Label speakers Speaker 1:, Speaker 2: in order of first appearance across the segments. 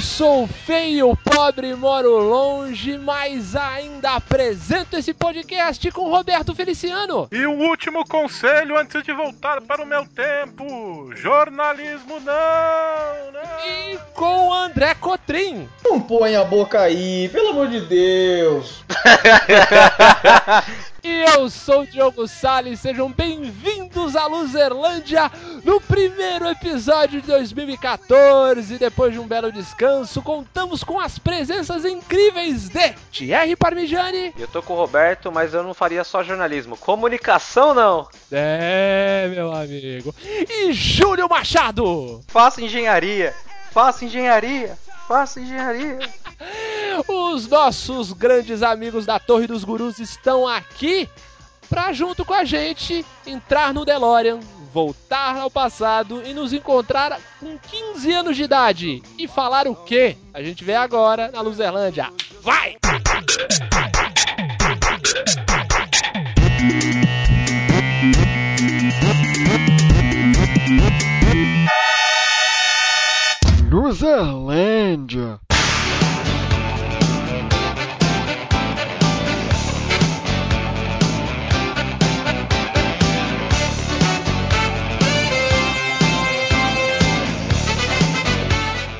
Speaker 1: sou feio, pobre e moro longe, mas ainda apresento esse podcast com Roberto Feliciano.
Speaker 2: E um último conselho antes de voltar para o meu tempo: jornalismo não, não.
Speaker 1: E com André Cotrim.
Speaker 3: Não põe a boca aí, pelo amor de Deus.
Speaker 1: E eu sou o Diogo Salles, sejam bem-vindos à Luzerlândia no primeiro episódio de 2014. Depois de um belo descanso, contamos com as presenças incríveis de Thierry Parmigiani.
Speaker 4: Eu tô com o Roberto, mas eu não faria só jornalismo. Comunicação não.
Speaker 1: É, meu amigo. E Júlio Machado.
Speaker 4: Faço engenharia. Faço engenharia. Faço engenharia.
Speaker 1: Os nossos grandes amigos da Torre dos Gurus estão aqui para junto com a gente entrar no DeLorean, voltar ao passado e nos encontrar com 15 anos de idade e falar o que a gente vê agora na Luzerlândia. Vai!
Speaker 5: Luzerlândia.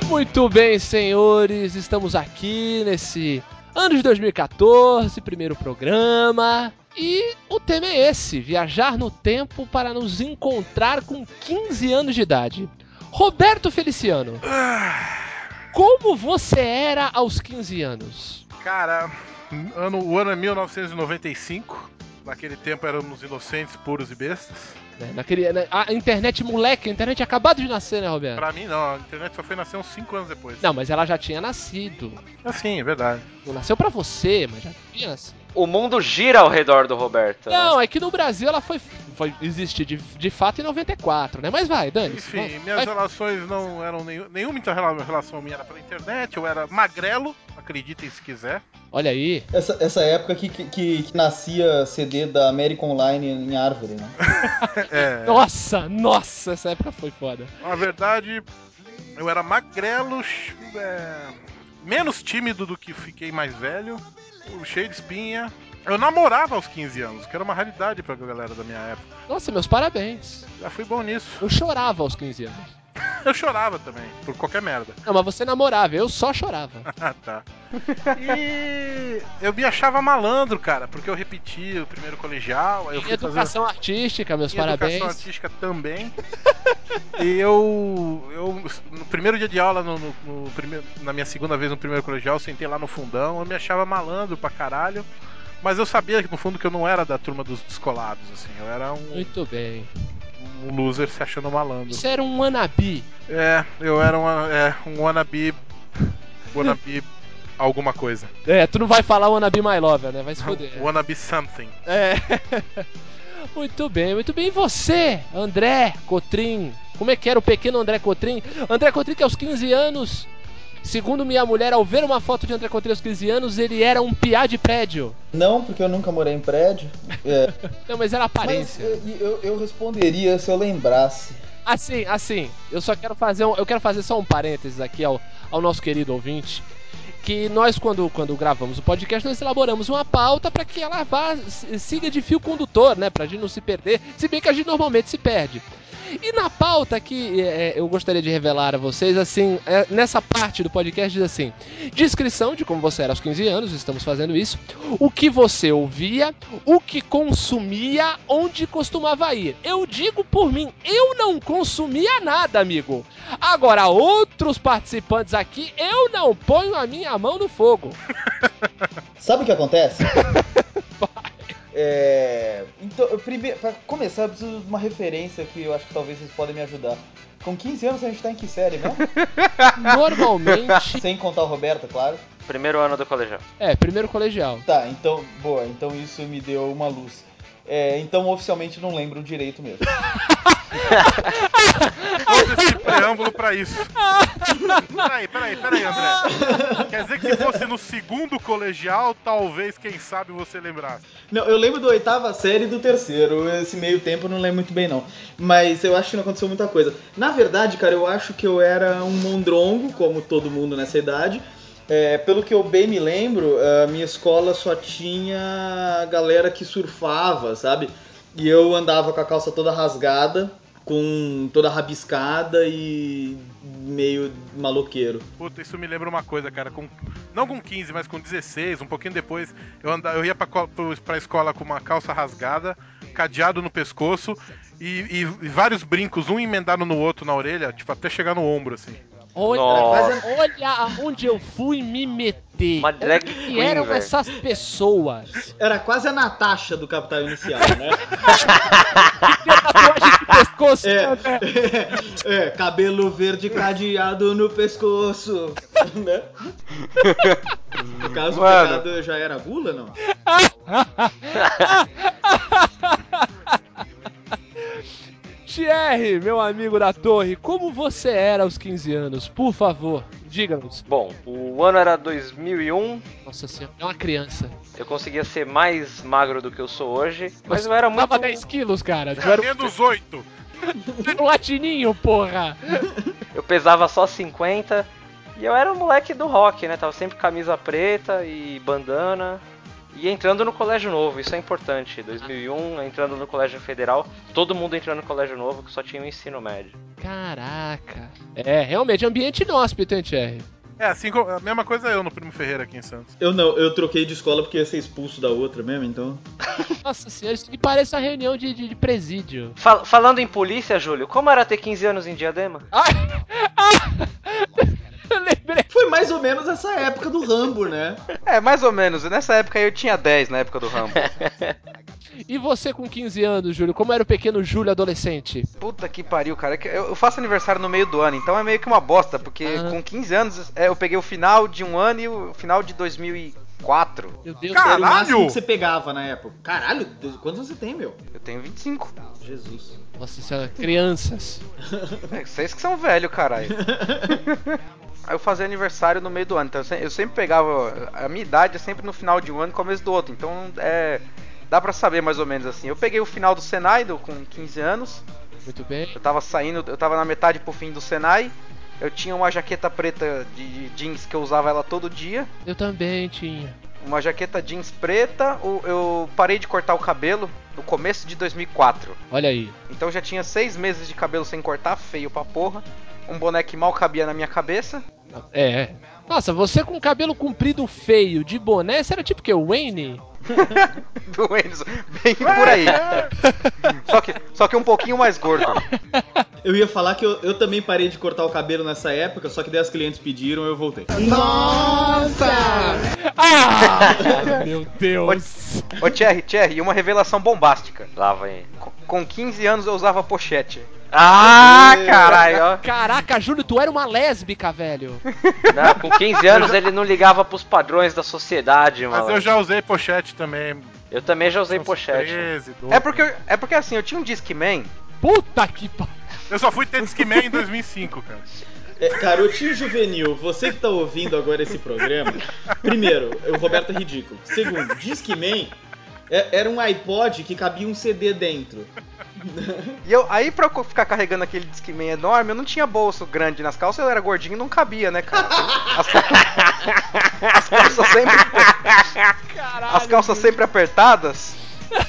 Speaker 1: Muito bem, senhores, estamos aqui nesse ano de 2014, primeiro programa. E o tema é esse: viajar no tempo para nos encontrar com 15 anos de idade. Roberto Feliciano, como você era aos 15 anos?
Speaker 2: Cara, ano, o ano é 1995. Naquele tempo éramos inocentes, puros e bestas.
Speaker 1: Né, Naquele, na- a internet moleque, a internet acabado de nascer, né, Roberto?
Speaker 2: Pra mim, não. A internet só foi nascer uns 5 anos depois.
Speaker 1: Não, mas ela já tinha nascido.
Speaker 2: Assim, é verdade.
Speaker 1: Não nasceu pra você, mas já tinha nascido.
Speaker 4: O mundo gira ao redor do Roberto. né?
Speaker 1: Não, é que no Brasil ela foi, foi existir de, de fato em 94, né? Mas vai, Dani.
Speaker 2: Enfim, minhas relações não eram nenhum, nenhuma inter- relação minha era pela internet, eu era magrelo, acreditem se quiser.
Speaker 1: Olha aí.
Speaker 3: Essa, essa época que, que, que- que nascia CD da América Online em árvore, né?
Speaker 2: É,
Speaker 1: Nossa, nossa, essa época foi foda.
Speaker 2: na verdade, eu era magrelo, ch- é, menos tímido do que fiquei mais velho, cheio de espinha. Eu namorava aos 15 anos, que era uma raridade pra galera da minha época.
Speaker 1: Nossa, meus parabéns.
Speaker 2: Já fui bom nisso.
Speaker 1: Eu chorava aos 15 anos.
Speaker 2: Eu chorava também, por qualquer merda.
Speaker 1: Não, mas você namorava, eu só chorava.
Speaker 2: Ah, tá. E eu me achava malandro, cara, porque eu repeti o primeiro colegial, aí eu
Speaker 1: Em
Speaker 2: fui fazer
Speaker 1: educação artística, meus
Speaker 2: Em
Speaker 1: parabéns.
Speaker 2: Educação artística também. e eu, eu, no primeiro dia de aula, no, no- no primeiro, na minha segunda vez no primeiro colegial, eu sentei lá no fundão, eu me achava malandro pra caralho. Mas eu sabia que no fundo que eu não era da turma dos descolados, assim, eu era um,
Speaker 1: Muito bem.
Speaker 2: um loser se achando malandro.
Speaker 1: Você era um wannabe.
Speaker 2: É, eu era uma, é, um wannabe. wannabe alguma coisa.
Speaker 1: É, tu não vai falar wannabe my lover, né? Vai se foder.
Speaker 2: wannabe something.
Speaker 1: É. Muito bem, muito bem. E você, André Cotrim? Como é que era o pequeno André Cotrim? André Cotrim que aos 15 anos, segundo minha mulher, ao ver uma foto de André Cotrim aos 15 anos, ele era um piá de prédio.
Speaker 3: Não, porque eu nunca morei em prédio. É,
Speaker 1: Não, mas era
Speaker 3: mas
Speaker 1: aparência.
Speaker 3: eu, eu, eu responderia se eu lembrasse.
Speaker 1: Assim, assim, eu só quero fazer um, eu quero fazer só um parênteses aqui ao, ao nosso querido ouvinte, que nós quando, quando gravamos o podcast nós elaboramos uma pauta para que ela vá s- siga de fio condutor, né, pra gente não se perder, se bem que a gente normalmente se perde. E na pauta que é, é, eu gostaria de revelar a vocês, assim, é, nessa parte do podcast diz assim: descrição de como você era aos 15 anos, estamos fazendo isso, o que você ouvia, o que consumia, onde costumava ir. Eu digo por mim, eu não consumia nada, amigo. Agora, outros participantes aqui, eu não ponho a minha mão no fogo.
Speaker 3: Sabe o que acontece? É, então, primeiro, pra começar, eu preciso de uma referência que eu acho que talvez vocês podem me ajudar. Com 15 anos a gente tá em que série, né?
Speaker 1: Normalmente,
Speaker 3: Sem contar o Roberto, claro.
Speaker 4: Primeiro ano do colegial.
Speaker 1: é, primeiro colegial.
Speaker 3: Tá, então, boa, então isso me deu uma luz. É, então oficialmente não lembro direito mesmo.
Speaker 2: Todo esse preâmbulo pra isso. Peraí, peraí, peraí, André. Quer dizer que se fosse no segundo colegial, talvez, quem sabe, você lembrasse.
Speaker 3: Não, eu lembro do oitava série e do terceiro. Esse meio tempo eu não lembro muito bem, não. Mas eu acho que não aconteceu muita coisa. Na verdade, cara, eu acho que eu era um mondrongo, como todo mundo nessa idade. É, pelo que eu bem me lembro, a minha escola só tinha galera que surfava, sabe? E eu andava com a calça toda rasgada, com toda rabiscada e meio maloqueiro.
Speaker 2: Puta, isso me lembra uma coisa, cara. Com, não com 15, mas com 16, um pouquinho depois, eu, andava, eu ia pra, co- pro- pra escola com uma calça rasgada, cadeado no pescoço e, e- e vários brincos, um emendado no outro na orelha, tipo, até chegar no ombro, assim.
Speaker 1: Olha,
Speaker 4: Nossa.
Speaker 1: mas é- olha aonde eu fui me meter.
Speaker 4: Uma drag
Speaker 1: Quem
Speaker 4: queen,
Speaker 1: eram
Speaker 4: velho.
Speaker 1: essas pessoas?
Speaker 3: Era quase a Natasha do Capital Inicial, né?
Speaker 1: Tinha tatuagem de pescoço. né?
Speaker 3: É, é, cabelo verde cadeado no pescoço, né? No caso,
Speaker 4: Mano.
Speaker 3: o pecado já era gula, não?
Speaker 1: Thierry, meu amigo da torre, como você era aos 15 anos? Por favor, diga-nos.
Speaker 4: Bom, o ano era 2001.
Speaker 1: Nossa senhora, é uma criança.
Speaker 4: Eu conseguia ser mais magro do que eu sou hoje, mas eu era muito. um-
Speaker 1: Tava 10 quilos, cara. Tu era
Speaker 2: Menos oito.
Speaker 1: um latininho, porra.
Speaker 4: Eu pesava só 50 e eu era um moleque do rock, né? Tava sempre camisa preta e bandana. E entrando no colégio novo, isso é importante. 2001, entrando no colégio federal, todo mundo entrando no colégio novo, que só tinha o ensino médio.
Speaker 1: Caraca. É, realmente, ambiente inóspito, hein, Thierry?
Speaker 2: É, assim, como- a mesma coisa eu no Primo Ferreira aqui em Santos.
Speaker 3: Eu não, eu troquei de escola porque ia ser expulso da outra mesmo, então.
Speaker 1: Nossa senhora, isso me parece uma reunião de, de, de presídio.
Speaker 4: Fal- falando em polícia, Júlio, como era ter 15 anos em Diadema?
Speaker 1: Ah, eu lembrei.
Speaker 3: Foi mais ou menos essa época do Rambo, né?
Speaker 5: É, mais ou menos. Nessa época aí eu tinha 10 na época do Rambo.
Speaker 1: E você com 15 anos, Júlio? Como era o pequeno Júlio adolescente?
Speaker 5: Puta que pariu, cara. É que Eu eu faço aniversário no meio do ano, então é meio que uma bosta, porque
Speaker 1: Ah.
Speaker 5: com 15 anos é, eu peguei o final de um ano e o final de 2004.
Speaker 1: Meu Deus,
Speaker 2: Cara,
Speaker 3: Era o máximo
Speaker 2: Caralho!
Speaker 3: que você pegava na época. Caralho, de- quantos você tem, meu?
Speaker 5: Eu tenho 25.
Speaker 3: Jesus.
Speaker 1: nossa senhora, crianças.
Speaker 5: É, vocês que são velho, caralho. Aí eu fazia aniversário no meio do ano, então eu se- eu sempre pegava. A minha idade é sempre no final de um ano e começo do outro, então é. Dá pra saber mais ou menos assim. Eu peguei o final do Senai do- com 15 anos,
Speaker 1: Muito bem.
Speaker 5: Eu tava saindo, eu tava na metade pro fim do Senai. Eu tinha uma jaqueta preta de de jeans que eu usava ela todo dia.
Speaker 1: Eu também tinha.
Speaker 5: Uma jaqueta jeans preta. o- Eu parei de cortar o cabelo no começo de 2004.
Speaker 1: Olha aí.
Speaker 5: Então eu já tinha seis meses de cabelo sem cortar, feio pra porra. Um boné que mal cabia na minha cabeça.
Speaker 1: É. Nossa, você com cabelo comprido feio, de boné, você era tipo o quê? O Wayne?
Speaker 5: Do Enzo, bem por aí. Só que, só que um pouquinho mais gordo.
Speaker 3: Eu ia falar que eu, eu também parei de cortar o cabelo nessa época, só que daí as clientes pediram eu voltei.
Speaker 1: Ah! Meu Deus!
Speaker 5: Ô Thierry, Thierry, uma revelação bombástica.
Speaker 4: Lá vai.
Speaker 5: Co- Com 15 anos eu usava pochete.
Speaker 4: Ah, caralho, ó.
Speaker 1: Caraca, Júlio, tu era uma lésbica, velho.
Speaker 4: Não, com 15 anos ele não ligava pros padrões da sociedade,
Speaker 2: Mas
Speaker 4: mano.
Speaker 2: eu já usei pochete também.
Speaker 4: Eu também já usei
Speaker 2: uns
Speaker 4: pochete.
Speaker 2: 13, 12.
Speaker 5: É porque, eu- é porque assim, eu tinha um Discman
Speaker 1: Puta que pa...
Speaker 2: Eu só fui ter Discman em 2005, cara.
Speaker 3: É, garotinho juvenil, você que tá ouvindo agora esse programa, primeiro, o Roberto é ridículo. Segundo, Discman é, era um iPod que cabia um CD dentro.
Speaker 5: E eu, aí pra eu ficar carregando aquele discman enorme, eu não tinha bolso grande nas calças, eu era gordinho e não cabia, né, cara? As, as calças sempre. As calças sempre apertadas.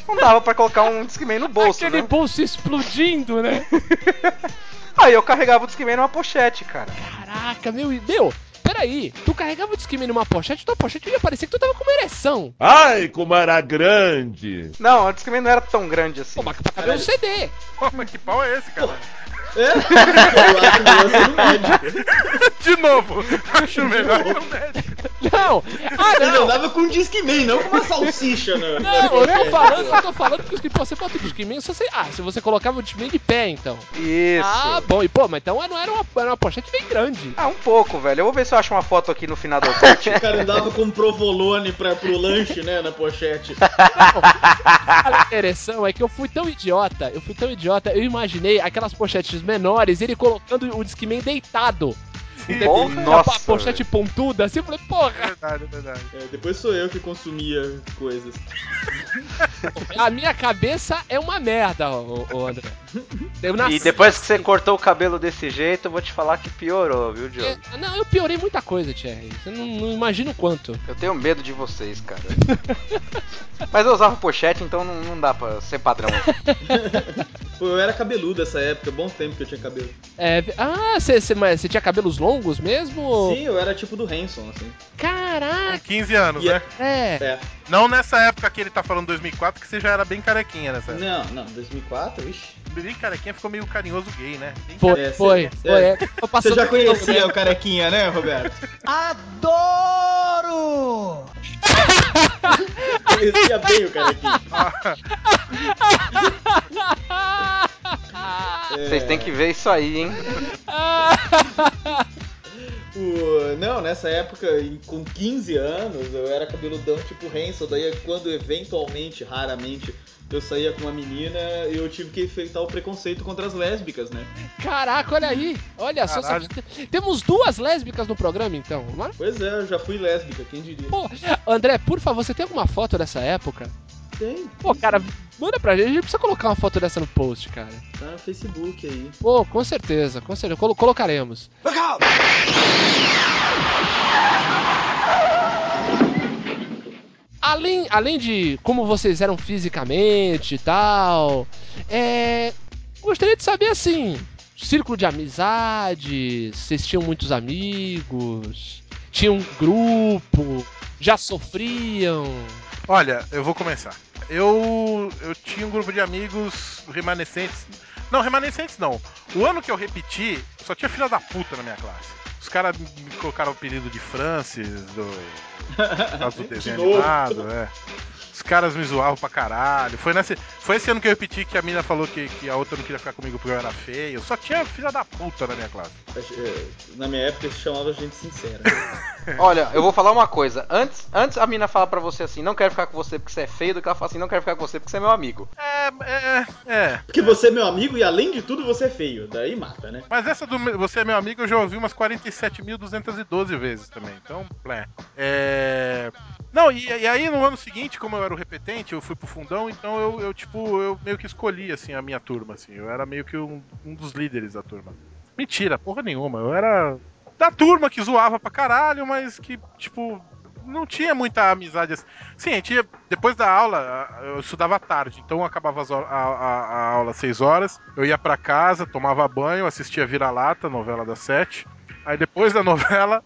Speaker 5: Não dava pra colocar um discman no bolso,
Speaker 1: Aquele
Speaker 5: né?
Speaker 1: bolso explodindo, né?
Speaker 5: Aí eu carregava o discman numa pochete, cara.
Speaker 1: Caraca, meu... e- Meu, peraí. Tu carregava o disquime numa pochete, tua pochete ia parecer que tu tava com uma ereção.
Speaker 6: Ai, como era grande!
Speaker 5: Não, o discman não era tão grande assim.
Speaker 1: Pô, mas pra caber um CD.
Speaker 2: Pô, mas que pau é esse, cara?
Speaker 3: É, eu acho melhor ser um médico.
Speaker 2: De novo, acho melhor que um médico.
Speaker 1: Não! Ah,
Speaker 3: Ele
Speaker 1: não!
Speaker 3: andava com um Discman, não com uma salsicha, né?
Speaker 1: Não, eu tô falando, eu tô falando que os que você bota o Discman, se você. Ah, se você colocava o Discman de pé, então.
Speaker 5: Isso.
Speaker 1: Ah, bom, e pô, mas então não era uma, era uma pochete bem grande.
Speaker 5: Ah, um pouco, velho. Eu vou ver se eu acho uma foto aqui no final do cut.
Speaker 3: O cara andava com um provolone pra, pro lanche, né, na pochete.
Speaker 1: A ereção é que eu fui tão idiota, eu fui tão idiota, eu imaginei aquelas pochetes menores, ele colocando o Discman deitado.
Speaker 4: Bom,
Speaker 1: a
Speaker 5: Nossa.
Speaker 1: pochete pontuda, assim, eu falei, porra,
Speaker 2: Verdade, verdade.
Speaker 3: É, depois sou eu que consumia coisas.
Speaker 1: a minha cabeça é uma merda, ô, ô, André. Eu nasci-
Speaker 4: E depois que você cortou o cabelo desse jeito, eu vou te falar que piorou, viu, Diogo?
Speaker 1: É, Não, eu piorei muita coisa, Thierry. Você não, não imagina o quanto.
Speaker 5: Eu tenho medo de vocês, cara. Mas eu usava pochete, então não, não dá pra ser padrão.
Speaker 3: Pô, eu era cabeludo essa época, bom tempo que eu tinha cabelo.
Speaker 1: É, ah, você você- mas você tinha cabelos longos mesmo? ou-
Speaker 3: Sim, eu era tipo do Hanson, assim.
Speaker 2: Com
Speaker 1: Caraca,
Speaker 2: 15 anos,
Speaker 3: E-
Speaker 2: né?
Speaker 1: é.
Speaker 3: É.
Speaker 2: Não nessa época que ele tá falando 2004, que você já era bem carequinha nessa época.
Speaker 3: Não, não, 2004, ixi.
Speaker 2: Bem carequinha ficou meio carinhoso gay, né? Bem
Speaker 1: Foi,
Speaker 3: É,
Speaker 1: foi,
Speaker 3: cê-
Speaker 1: foi.
Speaker 3: é.
Speaker 1: é. Tô
Speaker 3: Você
Speaker 1: passando
Speaker 3: já
Speaker 1: pelo-
Speaker 3: conhecia o carequinha, né, Roberto?
Speaker 6: Adoro!
Speaker 3: Conhecia bem o carequinha. É,
Speaker 5: Vocês têm que ver isso aí, hein?
Speaker 3: o- Não, nessa época, em- com 15 anos, eu era cabeludão tipo Hanson. Daí, quando eventualmente, raramente, eu saía com uma menina, eu tive que enfrentar o preconceito contra as lésbicas, né?
Speaker 1: Caraca, olha aí. Olha só.
Speaker 2: Caralho.
Speaker 1: só- Temos duas lésbicas no programa, então. Vamos lá?
Speaker 3: Pois é, eu já fui lésbica, quem diria?
Speaker 1: Pô, André, por favor, você tem alguma foto dessa época?
Speaker 3: Tem,
Speaker 1: Pô, cara, manda pra gente. A gente precisa colocar uma foto dessa no post, cara.
Speaker 3: tá no Facebook aí.
Speaker 1: Pô, com certeza, com certeza. Colo- colocaremos. Além, além de como vocês eram fisicamente e tal, é, gostaria de saber assim: círculo de amizade, vocês tinham muitos amigos, tinham um grupo, já sofriam.
Speaker 2: Olha, eu vou começar. Eu, eu tinha um grupo de amigos remanescentes. Não, remanescentes não. O ano que eu repeti, só tinha filha da puta na minha classe. Os caras me colocaram o apelido de Francis, do, por causa do desenho
Speaker 3: novo.
Speaker 2: animado, é. Os caras me zoavam pra caralho. Foi, nesse, foi esse ano que eu repeti que a mina falou que, que a outra não queria ficar comigo porque eu era feio. Só tinha filha da puta na minha classe.
Speaker 3: É, Na minha época, se chamava gente né? sincera.
Speaker 5: Olha, eu vou falar uma coisa. Antes, antes a mina fala pra você assim, não quero ficar com você porque você é feio, do que ela fala assim, não quero ficar com você porque você é meu amigo.
Speaker 2: É, é, é.
Speaker 3: Porque você é meu amigo e, além de tudo, você é feio. Daí mata, né?
Speaker 2: Mas essa do meu- Você é Meu Amigo eu já ouvi umas 47.212 vezes também. Então, é. é... Não, e, e aí no ano seguinte, como eu era o repetente, eu fui pro fundão, então eu, eu, tipo, eu meio que escolhi, assim, a minha turma, assim. Eu era meio que um, um dos líderes da turma. Mentira, porra nenhuma. Eu era da turma que zoava pra caralho, mas que, tipo, não tinha muita amizade assim. Sim, a gente ia, depois da aula, a- eu estudava à tarde, então eu acabava as hor- a, a- a aula às 6 horas, eu ia pra casa, tomava banho, assistia Vira-Lata, novela das sete. Aí depois da novela,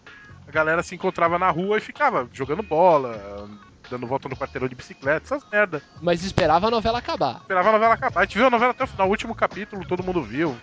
Speaker 2: a galera se encontrava na rua e ficava jogando bola, dando volta no quarteirão de bicicleta, essas merda.
Speaker 1: Mas esperava a novela acabar.
Speaker 2: Esperava a novela acabar. A gente viu a novela até o final, o último capítulo, todo mundo viu.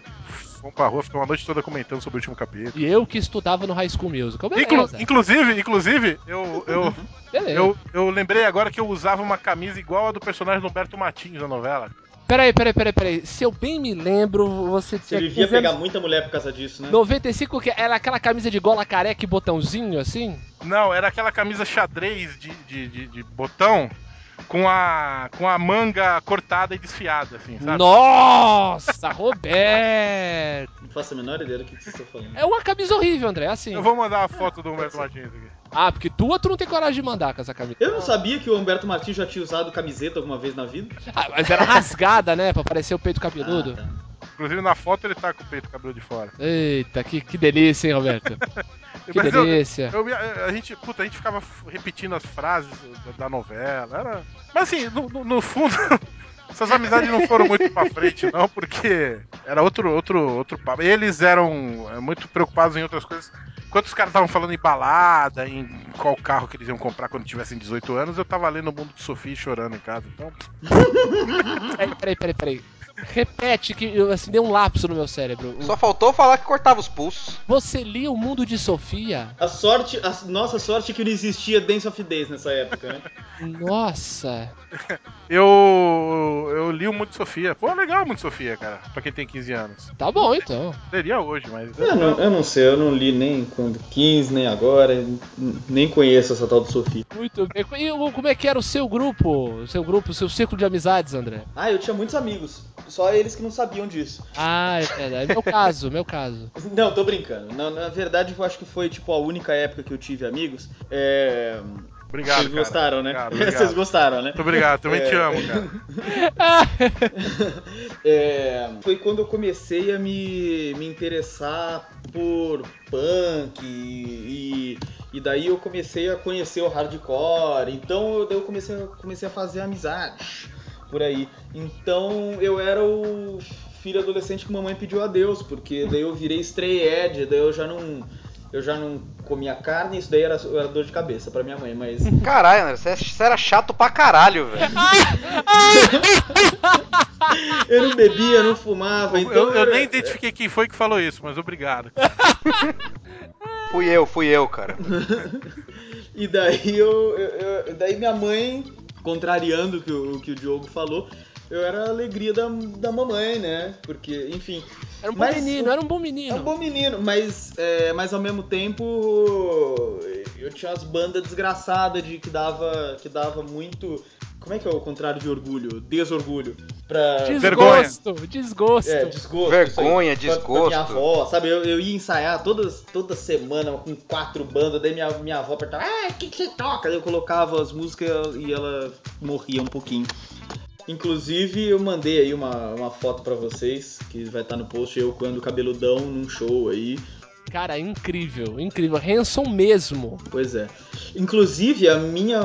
Speaker 2: Fomos pra rua, ficamos a noite toda comentando sobre o último capítulo.
Speaker 1: E eu que estudava no High School Musical.
Speaker 2: Inclu-
Speaker 1: Beleza, Uhum.
Speaker 2: inclusive, inclusive, eu, eu,
Speaker 1: beleza.
Speaker 2: eu, eu lembrei agora que eu usava uma camisa igual a do personagem do Humberto Matinhos na novela.
Speaker 1: Peraí, peraí, peraí, peraí. Se eu bem me lembro, você
Speaker 3: Você
Speaker 1: tinha.
Speaker 3: devia
Speaker 1: 15 anos.
Speaker 3: pegar muita mulher por causa disso, né?
Speaker 1: 95 que era aquela camisa de gola careca e botãozinho assim?
Speaker 2: Não, era aquela camisa xadrez de, de, de- de botão com a, com a manga cortada e desfiada, assim, sabe?
Speaker 1: Nossa, Roberto!
Speaker 3: Não faço a menor ideia do que você está falando.
Speaker 1: É uma camisa horrível, André, é assim.
Speaker 2: Eu vou mandar a foto do Humberto Matinhos aqui.
Speaker 1: Ah, porque tua tu não tem coragem de mandar com essa camisa.
Speaker 3: Eu não sabia que o Humberto Martins já tinha usado camiseta alguma vez na vida.
Speaker 1: Ah, mas era rasgada, né? Pra parecer o peito cabeludo.
Speaker 3: Ah, tá.
Speaker 2: Inclusive na foto ele tá com o peito cabelo de fora.
Speaker 1: Eita, que, que delícia, hein, Roberto? Que
Speaker 2: Mas eu-
Speaker 1: delícia.
Speaker 2: eu me- a gente, puta, a gente ficava f- repetindo as frases da, da novela. Era... Mas assim, no, no- no fundo, essas amizades não foram muito pra frente, não, porque era outro, outro, outro papo. Eles eram é, muito preocupados em outras coisas. Enquanto os caras estavam falando em balada, em qual carro que eles iam comprar quando tivessem 18 anos, eu tava lendo o mundo de Sofia e chorando em casa. Então,
Speaker 1: Peraí, peraí, peraí, peraí. Repete que eu, assim, deu um lapso no meu cérebro.
Speaker 5: Só faltou falar que cortava os pulsos.
Speaker 1: Você lia O Mundo de Sofia?
Speaker 3: A sorte, a nossa sorte é que não existia Dance of Days nessa época, né?
Speaker 1: Nossa.
Speaker 2: eu, eu li o Mundo de Sofia. Pô, legal o Mundo de Sofia, cara, pra quem tem 15 anos.
Speaker 1: Tá bom, então.
Speaker 2: Seria hoje, mas.
Speaker 3: Eu não, eu não sei, eu não li nem quando 15, nem agora, n- nem conheço essa tal do Sofia.
Speaker 1: Muito bem. E o- como é que era o seu grupo? O seu grupo, o seu círculo de amizades, André?
Speaker 3: Ah, eu tinha muitos amigos, só eles que não sabiam disso.
Speaker 1: Ah, é verdade. Meu caso, meu caso.
Speaker 3: Não, tô brincando. Na, na verdade, eu acho que foi tipo a única época que eu tive amigos. É...
Speaker 2: Obrigado,
Speaker 3: Vocês
Speaker 2: cara.
Speaker 3: gostaram, né?
Speaker 2: Obrigado, obrigado.
Speaker 3: Vocês gostaram, né?
Speaker 2: Muito obrigado, também
Speaker 3: É.
Speaker 2: te amo, cara.
Speaker 3: É, foi quando eu comecei a me, me interessar por punk e, e daí eu comecei a conhecer o hardcore, então eu, daí eu comecei, a- comecei a fazer amizades por aí. Então eu era o filho adolescente que mamãe pediu a Deus, porque daí eu virei stray edge, daí eu já não... Eu já não comia carne, isso daí era, era dor de cabeça pra minha mãe, mas.
Speaker 5: Caralho, André, você é- você era chato pra caralho, velho.
Speaker 3: Eu não bebia, não fumava,
Speaker 2: Eu,
Speaker 3: então.
Speaker 2: eu
Speaker 3: era-
Speaker 2: nem identifiquei quem foi que falou isso, mas obrigado.
Speaker 5: Fui eu, fui eu, cara.
Speaker 3: E daí eu, eu- eu- daí minha mãe, contrariando o que o, o que o Diogo falou, eu era a alegria da, da mamãe, né? Porque, enfim,
Speaker 1: Era um bom
Speaker 3: Mas
Speaker 1: menino,
Speaker 3: o-
Speaker 1: era um bom
Speaker 3: é
Speaker 1: menino.
Speaker 3: um bom menino, mas, é, mas ao mesmo tempo eu tinha umas bandas desgraçadas de que dava que dava muito, como é que é o contrário de orgulho? Desorgulho para
Speaker 1: Desgosto, desgosto.
Speaker 3: é, desgosto.
Speaker 5: Vergonha,
Speaker 3: isso aí. Pra- pra
Speaker 5: desgosto.
Speaker 3: Minha avó, sabe? Eu, eu ia ensaiar todas, toda semana com quatro bandas, daí minha, minha avó apertava, ah, o que, que você toca? Daí eu colocava as músicas e ela morria um pouquinho. Inclusive, eu mandei aí uma, uma foto pra vocês, que vai estar no post, eu quando cabeludão num show aí.
Speaker 1: Cara, é incrível, incrível. Hanson mesmo.
Speaker 3: Pois é. Inclusive, a minha.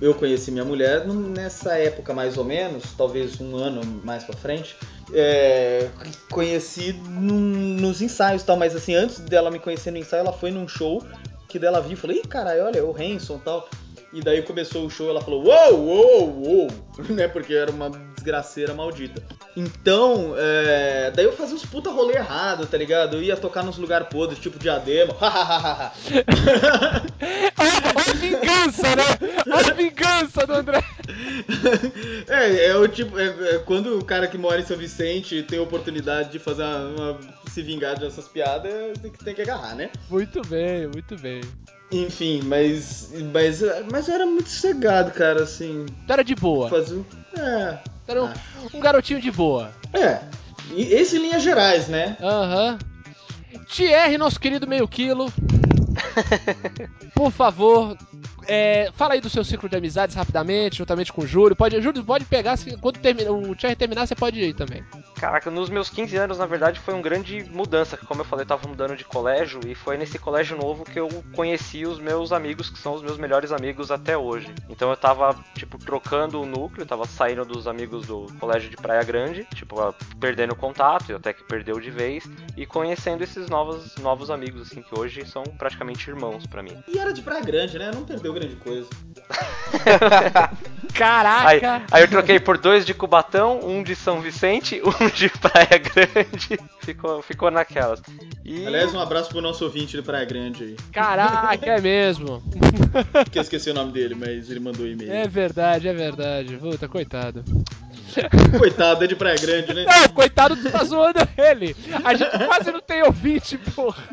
Speaker 3: Eu conheci minha mulher num- nessa época, mais ou menos, talvez um ano mais pra frente. É, conheci num- nos ensaios e tal, mas assim, antes dela me conhecer no ensaio, ela foi num show que dela viu e falou: Ih, caralho, olha, é o Hanson e tal. E daí começou o show, ela falou: Uou, uou, uou, né? Porque era uma desgraceira maldita. Então, é, daí eu fazia uns puta rolê errado, tá ligado? Eu ia tocar nos lugares podres, tipo diadema.
Speaker 1: Olha a vingança, né? Olha a vingança do André.
Speaker 3: é, é o tipo. É, é quando o cara que mora em São Vicente tem a oportunidade de fazer uma, uma- se vingar dessas piadas, tem que, tem que agarrar, né?
Speaker 1: Muito bem, muito bem.
Speaker 3: Enfim, mas. Mas, mas eu era muito sossegado, cara, assim.
Speaker 1: Tu era de boa.
Speaker 3: Fazer. um- É.
Speaker 1: Tu era um, um garotinho de boa.
Speaker 3: É. E esse em linhas gerais, né?
Speaker 1: Aham. Thierry, nosso querido meio quilo. Por favor, é, fala aí do seu ciclo de amizades rapidamente, juntamente com o Júlio. Pode, Júlio, pode pegar, se- quando termina, o Thierry terminar, você pode ir também.
Speaker 4: Caraca, nos meus 15 anos, na verdade, foi uma grande mudança. que, Como eu falei, eu tava mudando de colégio e foi nesse colégio novo que eu conheci os meus amigos, que são os meus melhores amigos até hoje. Então eu tava, tipo, trocando o núcleo, tava saindo dos amigos do colégio de Praia Grande, tipo, ah, perdendo contato, e até que perdeu de vez, e conhecendo esses novos, novos amigos, assim, que hoje são praticamente irmãos pra mim.
Speaker 3: E era de Praia Grande, né? Não perdeu grande coisa.
Speaker 4: Aí,
Speaker 1: Caraca!
Speaker 4: aí eu troquei por dois de Cubatão, um de São Vicente, um de Praia Grande. Ficou, ficou naquelas. E...
Speaker 3: Aliás, um abraço pro nosso ouvinte de Praia Grande aí.
Speaker 1: Caraca, é mesmo.
Speaker 3: Que eu esqueci o nome dele, mas ele mandou um e-mail.
Speaker 1: É verdade, é verdade. Puta, coitado.
Speaker 3: Coitado, é de Praia Grande, né?
Speaker 1: Não, coitado, tu tá zoando ele. A gente quase não tem ouvinte, porra.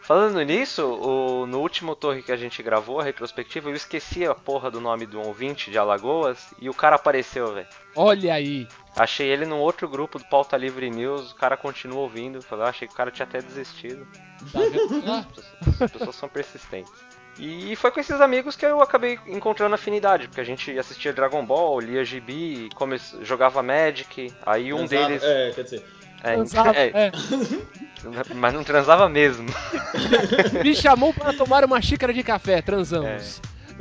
Speaker 4: Falando nisso, o- no último torre que a gente gravou, a retrospectiva, eu esqueci a porra do nome do ouvinte de Alagoas e o cara apareceu, velho.
Speaker 1: Olha aí.
Speaker 4: Achei ele num outro grupo do Pauta Livre News, o cara continua ouvindo, falei, "Ah, achei que o cara tinha até desistido.
Speaker 1: Tá vendo? Ah,
Speaker 4: As pessoas- As pessoas são persistentes. E foi com esses amigos que eu acabei encontrando afinidade, porque a gente assistia Dragon Ball, lia Gibi, come- jogava Magic, aí um
Speaker 3: Transava-
Speaker 4: deles.
Speaker 3: É, quer dizer.
Speaker 4: é,
Speaker 1: transava,
Speaker 4: é,
Speaker 1: é.
Speaker 4: mas não transava mesmo.
Speaker 1: Me chamou para tomar uma xícara de café, transamos.
Speaker 3: É.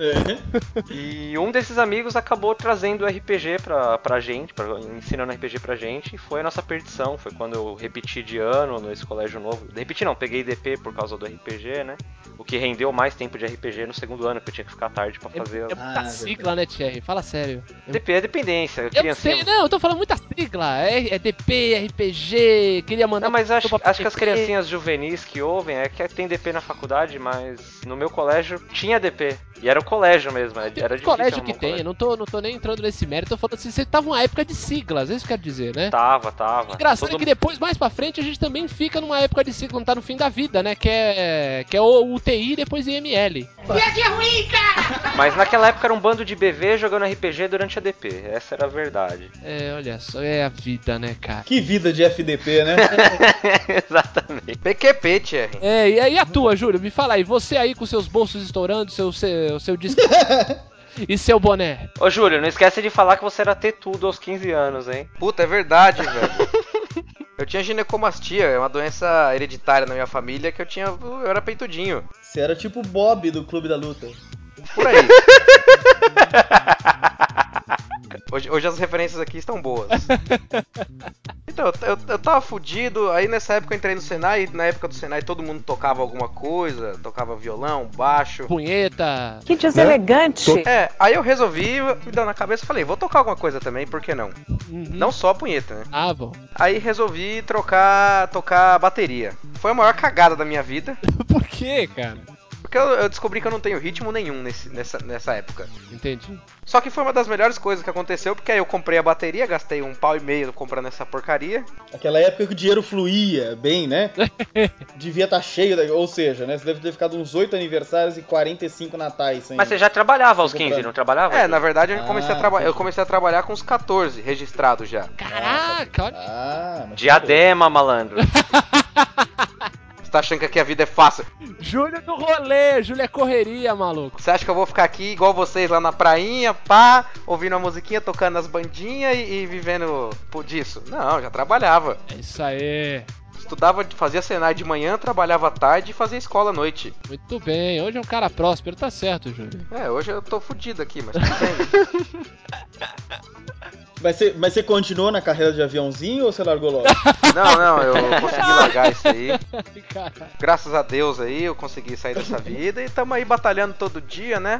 Speaker 4: E um desses amigos acabou trazendo o RPG pra, pra gente, pra, ensinando RPG pra gente, e foi a nossa perdição. Foi quando eu repeti de ano nesse colégio novo. Repeti não, peguei DP por causa do RPG, né? O que rendeu mais tempo de RPG no segundo ano, que eu tinha que ficar tarde pra
Speaker 1: É,
Speaker 4: fazer.
Speaker 1: é muita
Speaker 3: Ah,
Speaker 1: sigla, né, Thierry? Fala sério.
Speaker 4: DP é dependência,
Speaker 1: Eu não
Speaker 4: criancinha.
Speaker 1: sei, né? não, eu tô falando muita sigla. É, é DP, RPG, queria mandar.
Speaker 4: Não, mas acho,
Speaker 1: pra-
Speaker 4: acho que as criancinhas juvenis que ouvem é que tem DP na faculdade, mas no meu colégio tinha DP. E era o colégio mesmo, era
Speaker 1: Tem
Speaker 4: difícil.
Speaker 1: muito colégio
Speaker 4: arrumar
Speaker 1: que
Speaker 4: um
Speaker 1: tem, eu não tô, não tô nem entrando nesse mérito, eu tô falando assim, você tava uma época de siglas, é isso que eu quero dizer, né?
Speaker 4: Tava, tava.
Speaker 1: Engraçado é
Speaker 4: Tá, Todo
Speaker 1: que depois, mais pra frente, a gente também fica numa época de ciclo, não tá no fim da vida, né? Que é, que é o UTI e depois IML.
Speaker 6: é
Speaker 4: Mas naquela época era um bando de BV jogando RPG durante a DP. Essa era a verdade.
Speaker 1: É, olha só, é a vida, né, cara?
Speaker 3: Que vida de FDP, né?
Speaker 4: Exatamente.
Speaker 5: PQP, Thierry.
Speaker 1: É, e aí a tua, Júlio, me fala aí, você aí com seus bolsos estourando, seu, seu, seu disco e seu boné.
Speaker 4: Ô Júlio, não esquece de falar que você era ter tudo aos 15 anos, hein?
Speaker 5: Puta, é verdade, velho. Eu tinha ginecomastia, é uma doença hereditária na minha família que eu tinha. Eu era peitudinho.
Speaker 3: Você era tipo o Bob do Clube da Luta.
Speaker 5: Por aí. Hoje, hoje as referências aqui estão boas. Então, eu, eu, eu tava fudido, aí nessa época eu entrei no Senai, e na época do Senai todo mundo tocava alguma coisa, tocava violão, baixo.
Speaker 1: Punheta.
Speaker 6: Que deselegante.
Speaker 5: É, aí eu resolvi, me deu na cabeça e falei, vou tocar alguma coisa também, por que não? Não só a punheta, né?
Speaker 1: Hum, Ah, bom.
Speaker 5: Aí resolvi trocar, tocar bateria. Foi a maior cagada da minha vida,
Speaker 1: Por quê, cara?
Speaker 5: porque eu, eu descobri que eu não tenho ritmo nenhum nesse- nessa, nessa época.
Speaker 1: Entendi.
Speaker 5: Só que foi uma das melhores coisas que aconteceu, porque aí eu comprei a bateria, gastei um pau e meio comprando essa porcaria.
Speaker 3: Aquela época que o dinheiro fluía bem, né? Devia estar cheio, da- ou seja, né? Você deve ter ficado uns 8 aniversários e 45 natais sem.
Speaker 4: Mas você já trabalhava aos
Speaker 3: Tô
Speaker 4: 15,
Speaker 3: comprando.
Speaker 4: não trabalhava?
Speaker 5: É, na verdade eu
Speaker 3: Ah,
Speaker 5: comecei a trabalhar, eu
Speaker 3: entendi.
Speaker 5: comecei a trabalhar com uns 14 registrado já.
Speaker 1: Caraca, olha.
Speaker 3: Ah, mas
Speaker 4: Diadema, malandro.
Speaker 5: Você tá achando que aqui a vida é fácil?
Speaker 1: Júlio do rolê, Júlio é correria, maluco.
Speaker 5: Você acha que eu vou ficar aqui igual vocês lá na prainha, pá, ouvindo a musiquinha, tocando as bandinhas e, e vivendo por disso? Não, já trabalhava.
Speaker 1: É isso aí.
Speaker 5: Estudava, fazia Senai de manhã, trabalhava à tarde e fazia escola à noite.
Speaker 1: Muito bem, hoje é um cara próspero, tá certo, Júlio.
Speaker 5: É, hoje eu tô fudido aqui, mas tudo bem.
Speaker 3: Mas você, mas você continuou na carreira de aviãozinho ou você largou logo?
Speaker 5: Não, não, eu consegui largar isso aí.
Speaker 1: Caraca.
Speaker 5: Graças a Deus aí eu consegui sair dessa vida e tamo aí batalhando todo dia, né?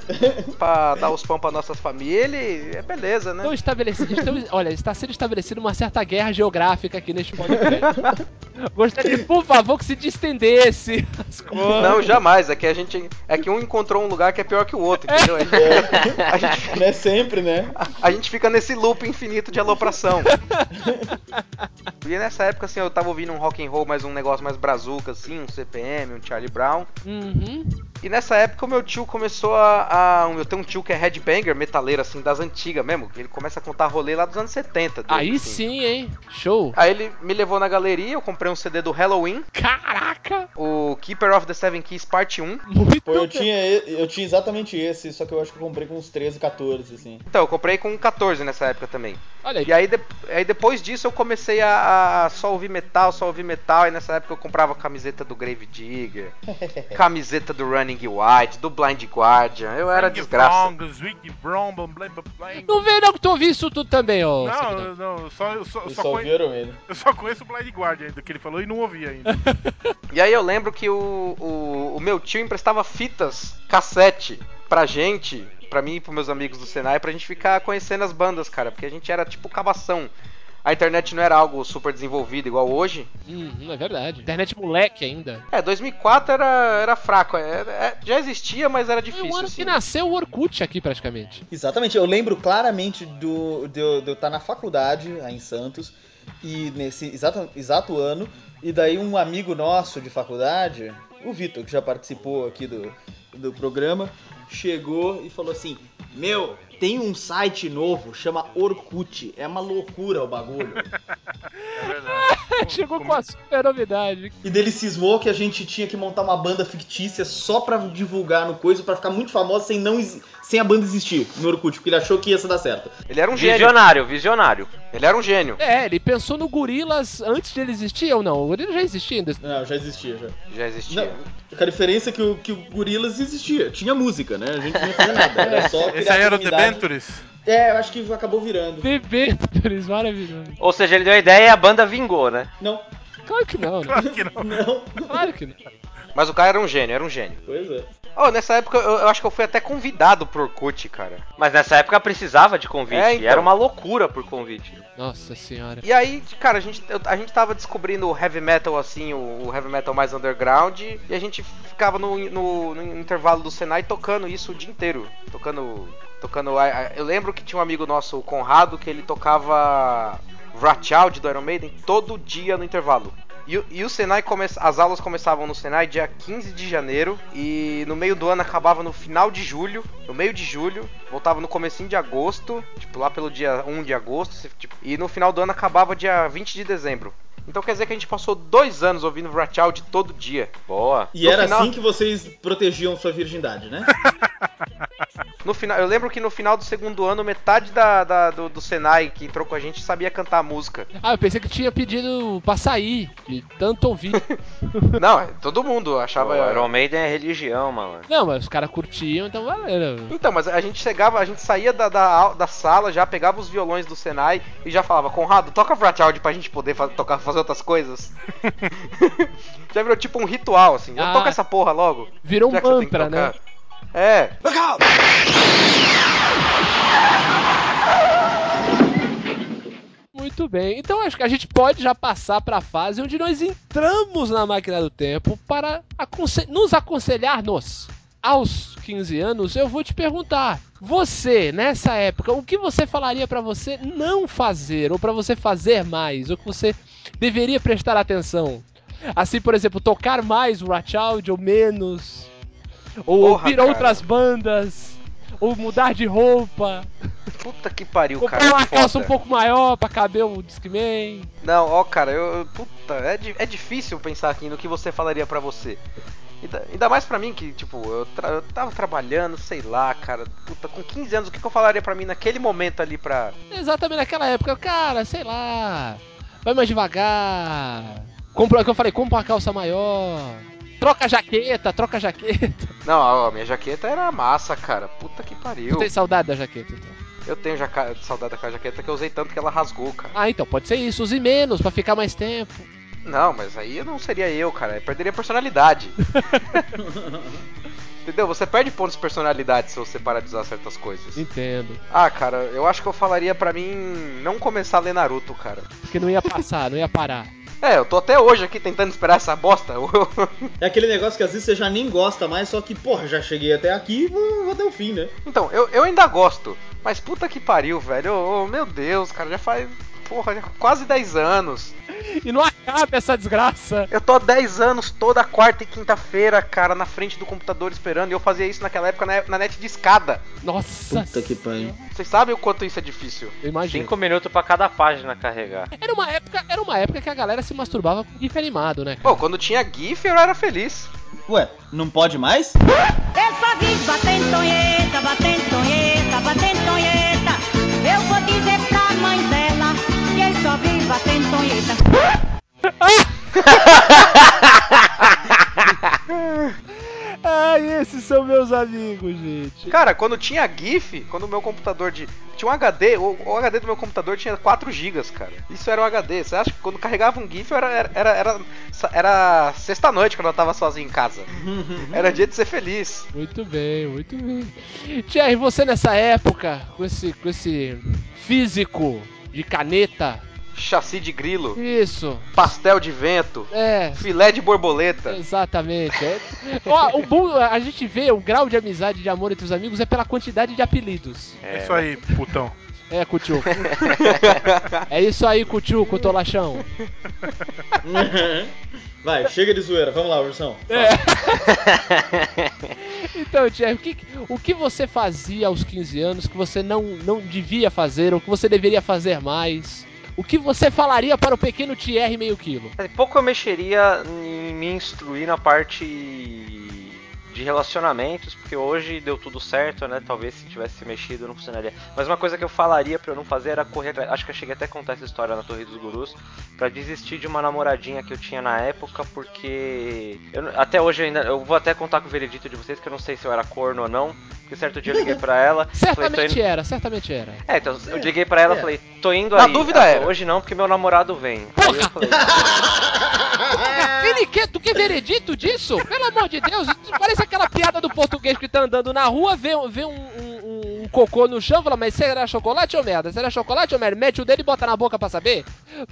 Speaker 5: Pra dar os pão pra nossas famílias e é beleza, né?
Speaker 1: Estão estabelecidos. estão- olha, está sendo estabelecida uma certa guerra geográfica aqui neste podcast. Gostaria, por favor, que se distendesse as coisas.
Speaker 5: Não, jamais. É que a gente. É que um encontrou um lugar que é pior que o outro, entendeu? A gente,
Speaker 3: É.
Speaker 5: a gente-
Speaker 3: Não é sempre, né?
Speaker 5: a gente fica nesse loop infinito de alopração. E nessa época, assim, eu tava ouvindo um rock and roll, mais um negócio mais brazuca, assim, um CPM, um Charlie Brown.
Speaker 1: Uhum.
Speaker 5: E nessa época o meu tio começou a. a- eu tenho um tio que é headbanger, metaleiro, assim, das antigas mesmo. que Ele começa a contar rolê lá dos anos 70. dele,
Speaker 1: Aí
Speaker 5: assim.
Speaker 1: sim, hein? Show.
Speaker 5: Aí ele me levou na galeria, eu comprei um CD do Halloween,
Speaker 1: Caraca!
Speaker 5: o Keeper of the Seven Keys um. Parte 1.
Speaker 1: Muito
Speaker 3: Pô, eu
Speaker 1: bem.
Speaker 3: tinha, e- eu tinha exatamente esse, só que eu acho que eu comprei com uns 13, 14, assim.
Speaker 5: Então, eu comprei com 14 nessa época também.
Speaker 1: Olha aí.
Speaker 5: E aí, de- aí depois disso eu comecei a, a só ouvir metal, só ouvir metal. E nessa época eu comprava camiseta do Grave Digger, camiseta do Running Wild, do Blind Guardian. Eu era desgraça.
Speaker 2: Zwig Brom, blá, blá, blá, blá.
Speaker 1: Não vem não que tu ouvi isso tudo também, ó.
Speaker 2: Não, eu- não, eu só, eu só, eu
Speaker 3: Vocês
Speaker 2: só
Speaker 3: só
Speaker 2: conhe-
Speaker 3: viram ele.
Speaker 2: eu só conheço o Blind Guardian ainda, que ele falou e não ouvi ainda.
Speaker 5: E aí eu lembro que o, o, o meu tio emprestava fitas, cassete, pra gente, pra mim e pros meus amigos do Senai, pra gente ficar conhecendo as bandas, cara, porque a gente era tipo cabação. A internet não era algo super desenvolvido igual hoje.
Speaker 1: Uhum, é verdade. Internet moleque ainda.
Speaker 5: É, 2004 era, era fraco, é, é, já existia, mas era
Speaker 1: Foi
Speaker 5: difícil.
Speaker 1: o É um ano
Speaker 5: assim.
Speaker 1: que nasceu o Orkut aqui, praticamente.
Speaker 3: Exatamente, eu lembro claramente do, de eu de eu estar na faculdade, aí em Santos, e nesse exato, exato ano, e daí um amigo nosso de faculdade, o Vitor, que já participou aqui do, do programa, chegou e falou assim: Meu, tem um site novo, chama Orkut, é uma loucura o bagulho.
Speaker 2: É verdade.
Speaker 1: Chegou com a super novidade.
Speaker 3: E dele cismou que a gente tinha que montar uma banda fictícia só pra divulgar no coisa, pra ficar muito famosa sem, não, ex- sem a banda existir no Orkut, porque ele achou que ia se dar certo.
Speaker 4: Ele era um gênio.
Speaker 5: Visionário, visionário.
Speaker 4: Ele era um gênio.
Speaker 1: É, ele pensou no Gorilas antes dele existir ou não? O Gorila já existia ainda.
Speaker 3: Não, já existia, já.
Speaker 4: Já
Speaker 3: Não,
Speaker 4: existia.
Speaker 3: a diferença é que o, que o Gorilas existia, tinha música, né? A gente não fazia nada, era só
Speaker 2: É. Esse aí era o The
Speaker 3: criatividade.
Speaker 2: Ventures?
Speaker 3: É, eu acho que acabou virando.
Speaker 1: Bebês, maravilhoso.
Speaker 5: Ou seja, ele deu a ideia e a banda vingou, né?
Speaker 3: Não,
Speaker 1: Claro que não, né?
Speaker 2: Claro que não.
Speaker 3: não.
Speaker 1: Claro que não.
Speaker 4: Mas o cara era um gênio, era um gênio.
Speaker 3: Pois é.
Speaker 4: Oh, nessa época eu, eu acho que eu fui até convidado pro Orkut, cara.
Speaker 5: Mas nessa época precisava de convite.
Speaker 4: É, então.
Speaker 5: e Era uma loucura por convite.
Speaker 1: Nossa senhora.
Speaker 4: E aí, cara, a gente, eu- a gente tava descobrindo o heavy metal, assim, o, o heavy metal mais underground, e a gente ficava no, no- no intervalo do Senai tocando isso o dia inteiro. Tocando. tocando a- a- eu lembro que tinha um amigo nosso, o Conrado, que ele tocava Wratchild do Iron Maiden todo dia no intervalo. E, o- e o Senai come, as aulas começavam no Senai dia 15 de janeiro e no meio do ano acabava no final de julho, no meio de julho, voltava no comecinho de agosto, tipo lá pelo dia 1 de agosto, se- tipo, e no final do ano acabava dia 20 de dezembro. Então quer dizer que a gente passou dois anos ouvindo Wratchild todo dia.
Speaker 5: Boa.
Speaker 3: E
Speaker 4: No
Speaker 3: era
Speaker 4: final-
Speaker 3: assim que vocês protegiam sua virgindade, né?
Speaker 4: No final, eu lembro que no final do segundo ano, metade da, da- do, do Senai que entrou com a gente sabia cantar a música.
Speaker 1: Ah, eu pensei que tinha pedido pra sair, de tanto ouvir.
Speaker 4: Não, é, todo mundo achava.
Speaker 5: O Iron Maiden é religião, mano.
Speaker 1: Não, mas os caras curtiam, então valeu.
Speaker 4: Então, mas a gente chegava, a gente saía da, da, au- da sala, já pegava os violões do Senai e já falava, Conrado, toca Fratchild pra gente poder fa- tocar, fazer outras coisas. já virou tipo um ritual, assim. Já
Speaker 1: Ah.
Speaker 4: toca essa porra logo.
Speaker 1: Virou um
Speaker 4: já que você tem que
Speaker 1: mantra, né?
Speaker 4: tocar. É.
Speaker 1: Muito bem. Então acho que a gente pode já passar pra fase onde nós entramos na máquina do tempo para aconse- nos aconselhar-nos. Aos 15 anos, eu vou te perguntar: você, nessa época, o que você falaria pra você não fazer, ou pra você fazer mais, ou que você deveria prestar atenção? Assim, por exemplo, tocar mais o Ratchild ou menos, ou
Speaker 4: Porra,
Speaker 1: ouvir
Speaker 4: cara.
Speaker 1: outras bandas, ou mudar de roupa,
Speaker 4: Puta que pariu, cara.
Speaker 1: comprar uma
Speaker 4: que foda.
Speaker 1: calça um pouco maior pra caber um o Discman.
Speaker 4: Não, ó, cara, eu. eu- Puta, é, di- é difícil pensar aqui no que você falaria pra você. Ainda, ainda mais pra mim que, tipo, eu, tra- eu tava trabalhando, sei lá, cara. Puta, com 15 anos, o que, que eu falaria pra mim naquele momento ali pra.
Speaker 1: Exatamente naquela época, cara, sei lá. Vai mais devagar. Compra, é que eu falei, compra uma calça maior. Troca a jaqueta, troca a jaqueta.
Speaker 4: Não, ó, minha jaqueta era massa, cara. Puta que
Speaker 1: Tu
Speaker 4: pariu.
Speaker 1: tem saudade da jaqueta, então.
Speaker 4: Eu tenho jaca... saudade daquela jaqueta que eu usei tanto que ela rasgou, cara.
Speaker 1: Ah, então pode ser isso, use menos pra ficar mais tempo.
Speaker 4: Não, mas aí eu não seria eu, cara. Eu perderia personalidade. Entendeu? Você perde pontos de personalidade se você parar de usar certas coisas.
Speaker 1: Entendo.
Speaker 4: Ah, cara, eu acho que eu falaria pra mim não começar a ler Naruto, cara.
Speaker 1: Porque não ia passar, não ia parar.
Speaker 4: É, eu tô até hoje aqui tentando esperar essa bosta.
Speaker 3: É aquele negócio que às vezes você já nem gosta mais, só que, porra, já cheguei até aqui, vou, vou até o fim, né?
Speaker 4: então, eu, eu ainda gosto. Mas puta que pariu, velho. Ô, ô, meu Deus, cara, já faz. Porra, já quase 10 anos.
Speaker 1: E não acaba essa desgraça.
Speaker 4: Eu tô há 10 anos toda quarta e quinta-feira, cara, na frente do computador esperando. E eu fazia isso naquela época na, na net de escada.
Speaker 1: Nossa.
Speaker 3: Puta que pariu.
Speaker 4: Vocês sabem o quanto isso é difícil.
Speaker 1: Eu imagino.
Speaker 5: Cinco minutos pra cada página carregar.
Speaker 1: Era uma época, era uma época que a galera se masturbava com gif animado, né?
Speaker 4: Pô, quando tinha GIF eu era feliz.
Speaker 3: Ué, não pode mais?
Speaker 6: Essa diz É batendo tonheta, batendo tonheta, batendo tonheta. Eu vou dizer pra mãe dela que ele só vive batendo tonheta.
Speaker 1: Ah, esses são meus amigos, gente.
Speaker 4: Cara, quando tinha GIF, quando o meu computador de. Tinha um HD, o, o HD do meu computador tinha 4 GB, cara. Isso era um HD. Você acha que quando carregava um GIF era. Era, era, era, era sexta-noite quando eu tava sozinho em casa. Era dia de ser feliz.
Speaker 1: Muito bem, muito bem. Thierry, você nessa época, com esse, com esse físico de caneta,
Speaker 4: Chassi de grilo,
Speaker 1: isso,
Speaker 4: pastel de vento,
Speaker 1: é,
Speaker 4: filé de borboleta.
Speaker 1: exatamente. é. Ó, o bom, a gente vê o grau de amizade e de amor entre os amigos é pela quantidade de apelidos.
Speaker 2: É isso aí, putão.
Speaker 1: É, Cutiuco. é isso aí, Cutiuco, Tolachão.
Speaker 3: Vai, chega de zoeira, vamos lá, Ursão.
Speaker 1: Então, Thierry, o que, o que você fazia aos 15 anos que você não, não devia fazer ou que você deveria fazer mais? O que você falaria para o pequeno Thierry meio quilo?
Speaker 4: Quer dizer, Assim, Pouco eu mexeria em me instruir na parte de relacionamentos, porque hoje deu tudo certo, né? Talvez se tivesse mexido não funcionaria. Mas uma coisa que eu falaria pra eu não fazer era correr atrás. Acho que eu cheguei até a contar essa história na Torre dos Gurus, pra desistir de uma namoradinha que eu tinha na época, porque eu não- até hoje ainda eu vou até contar com o veredito de vocês que eu não sei se eu era corno ou não, porque certo dia eu liguei pra ela, falei, tô indo-
Speaker 1: Certamente era, certamente era.
Speaker 4: é, então eu liguei pra ela e
Speaker 3: É.
Speaker 4: falei, tô indo
Speaker 5: Na
Speaker 4: aí.
Speaker 5: dúvida
Speaker 4: Ela
Speaker 5: era.
Speaker 4: falou, Hoje não, porque meu namorado vem. Aí eu falei,
Speaker 1: Ele quer, tu quer veredito disso? Pelo amor de Deus, isso parece aquela piada do português que tá andando na rua, vê, um- vê um, um- um cocô no chão e fala, mas será chocolate ou merda? Será chocolate ou merda? Mete o dedo e bota na boca pra saber?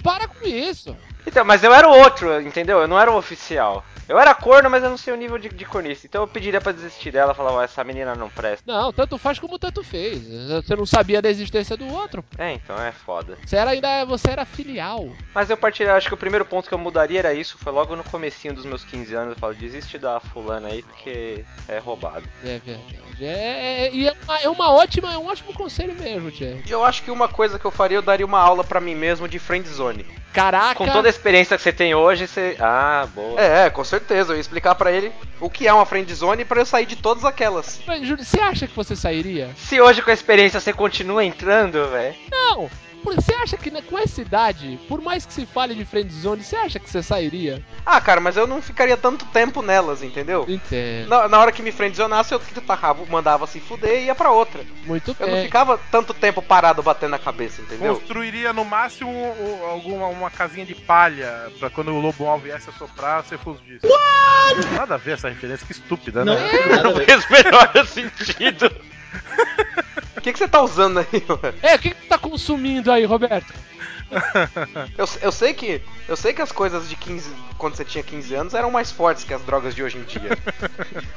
Speaker 1: Para com isso.
Speaker 4: Então, mas eu era o outro, entendeu? Eu não era o oficial. Eu era corno, mas eu não sei o nível de, de cornice. Então eu pediria pra desistir dela, falava, "Ó, essa menina não presta.
Speaker 1: Não, tanto faz como tanto fez. Você não sabia da existência do outro.
Speaker 4: É, então é foda.
Speaker 1: Você era ainda, você era filial.
Speaker 4: Mas eu partiria, acho que o primeiro ponto que eu mudaria era isso, foi logo no comecinho dos meus 15 anos, eu falo, desiste da fulana aí, porque é roubado.
Speaker 1: É verdade. É, é- e é uma, é uma ótima, é um ótimo conselho mesmo, Thierry.
Speaker 5: Eu acho que uma coisa que eu faria, eu daria uma aula pra mim mesmo de friend zone.
Speaker 1: Caraca.
Speaker 4: Com toda a experiência que você tem hoje, você... Ah, boa.
Speaker 5: É, é, com certeza. Eu ia explicar pra ele o que é uma friend zone pra eu sair de todas aquelas.
Speaker 1: Mas, Júlio, você acha que você sairia?
Speaker 4: Se hoje com a experiência você continua entrando, velho...
Speaker 1: Não. Por- Você acha que né, com essa idade, por mais que se fale de friend zone, você acha que você sairia?
Speaker 5: Ah, cara, mas eu não ficaria tanto tempo nelas, entendeu?
Speaker 1: Entendo.
Speaker 5: Na, na hora que me friendzonasse, eu tacava, mandava se fuder e ia pra outra.
Speaker 1: Muito
Speaker 5: Eu
Speaker 3: É.
Speaker 5: não
Speaker 1: bem.
Speaker 5: ficava tanto tempo parado batendo na cabeça, entendeu?
Speaker 2: Construiria no máximo o- alguma uma casinha de palha pra quando o lobo mal viesse assoprar, você fugisse. Nada a ver essa referência, que estúpida,
Speaker 3: Não,
Speaker 4: é?
Speaker 2: né?
Speaker 3: nada a ver.
Speaker 4: Fez o menor sentido.
Speaker 5: O que, que você tá usando aí, mano?
Speaker 1: É, o que, que tu tá consumindo aí, Roberto?
Speaker 5: Eu, eu sei que. Eu sei que as coisas de 15. Quando você tinha 15 anos eram mais fortes que as drogas de hoje em dia.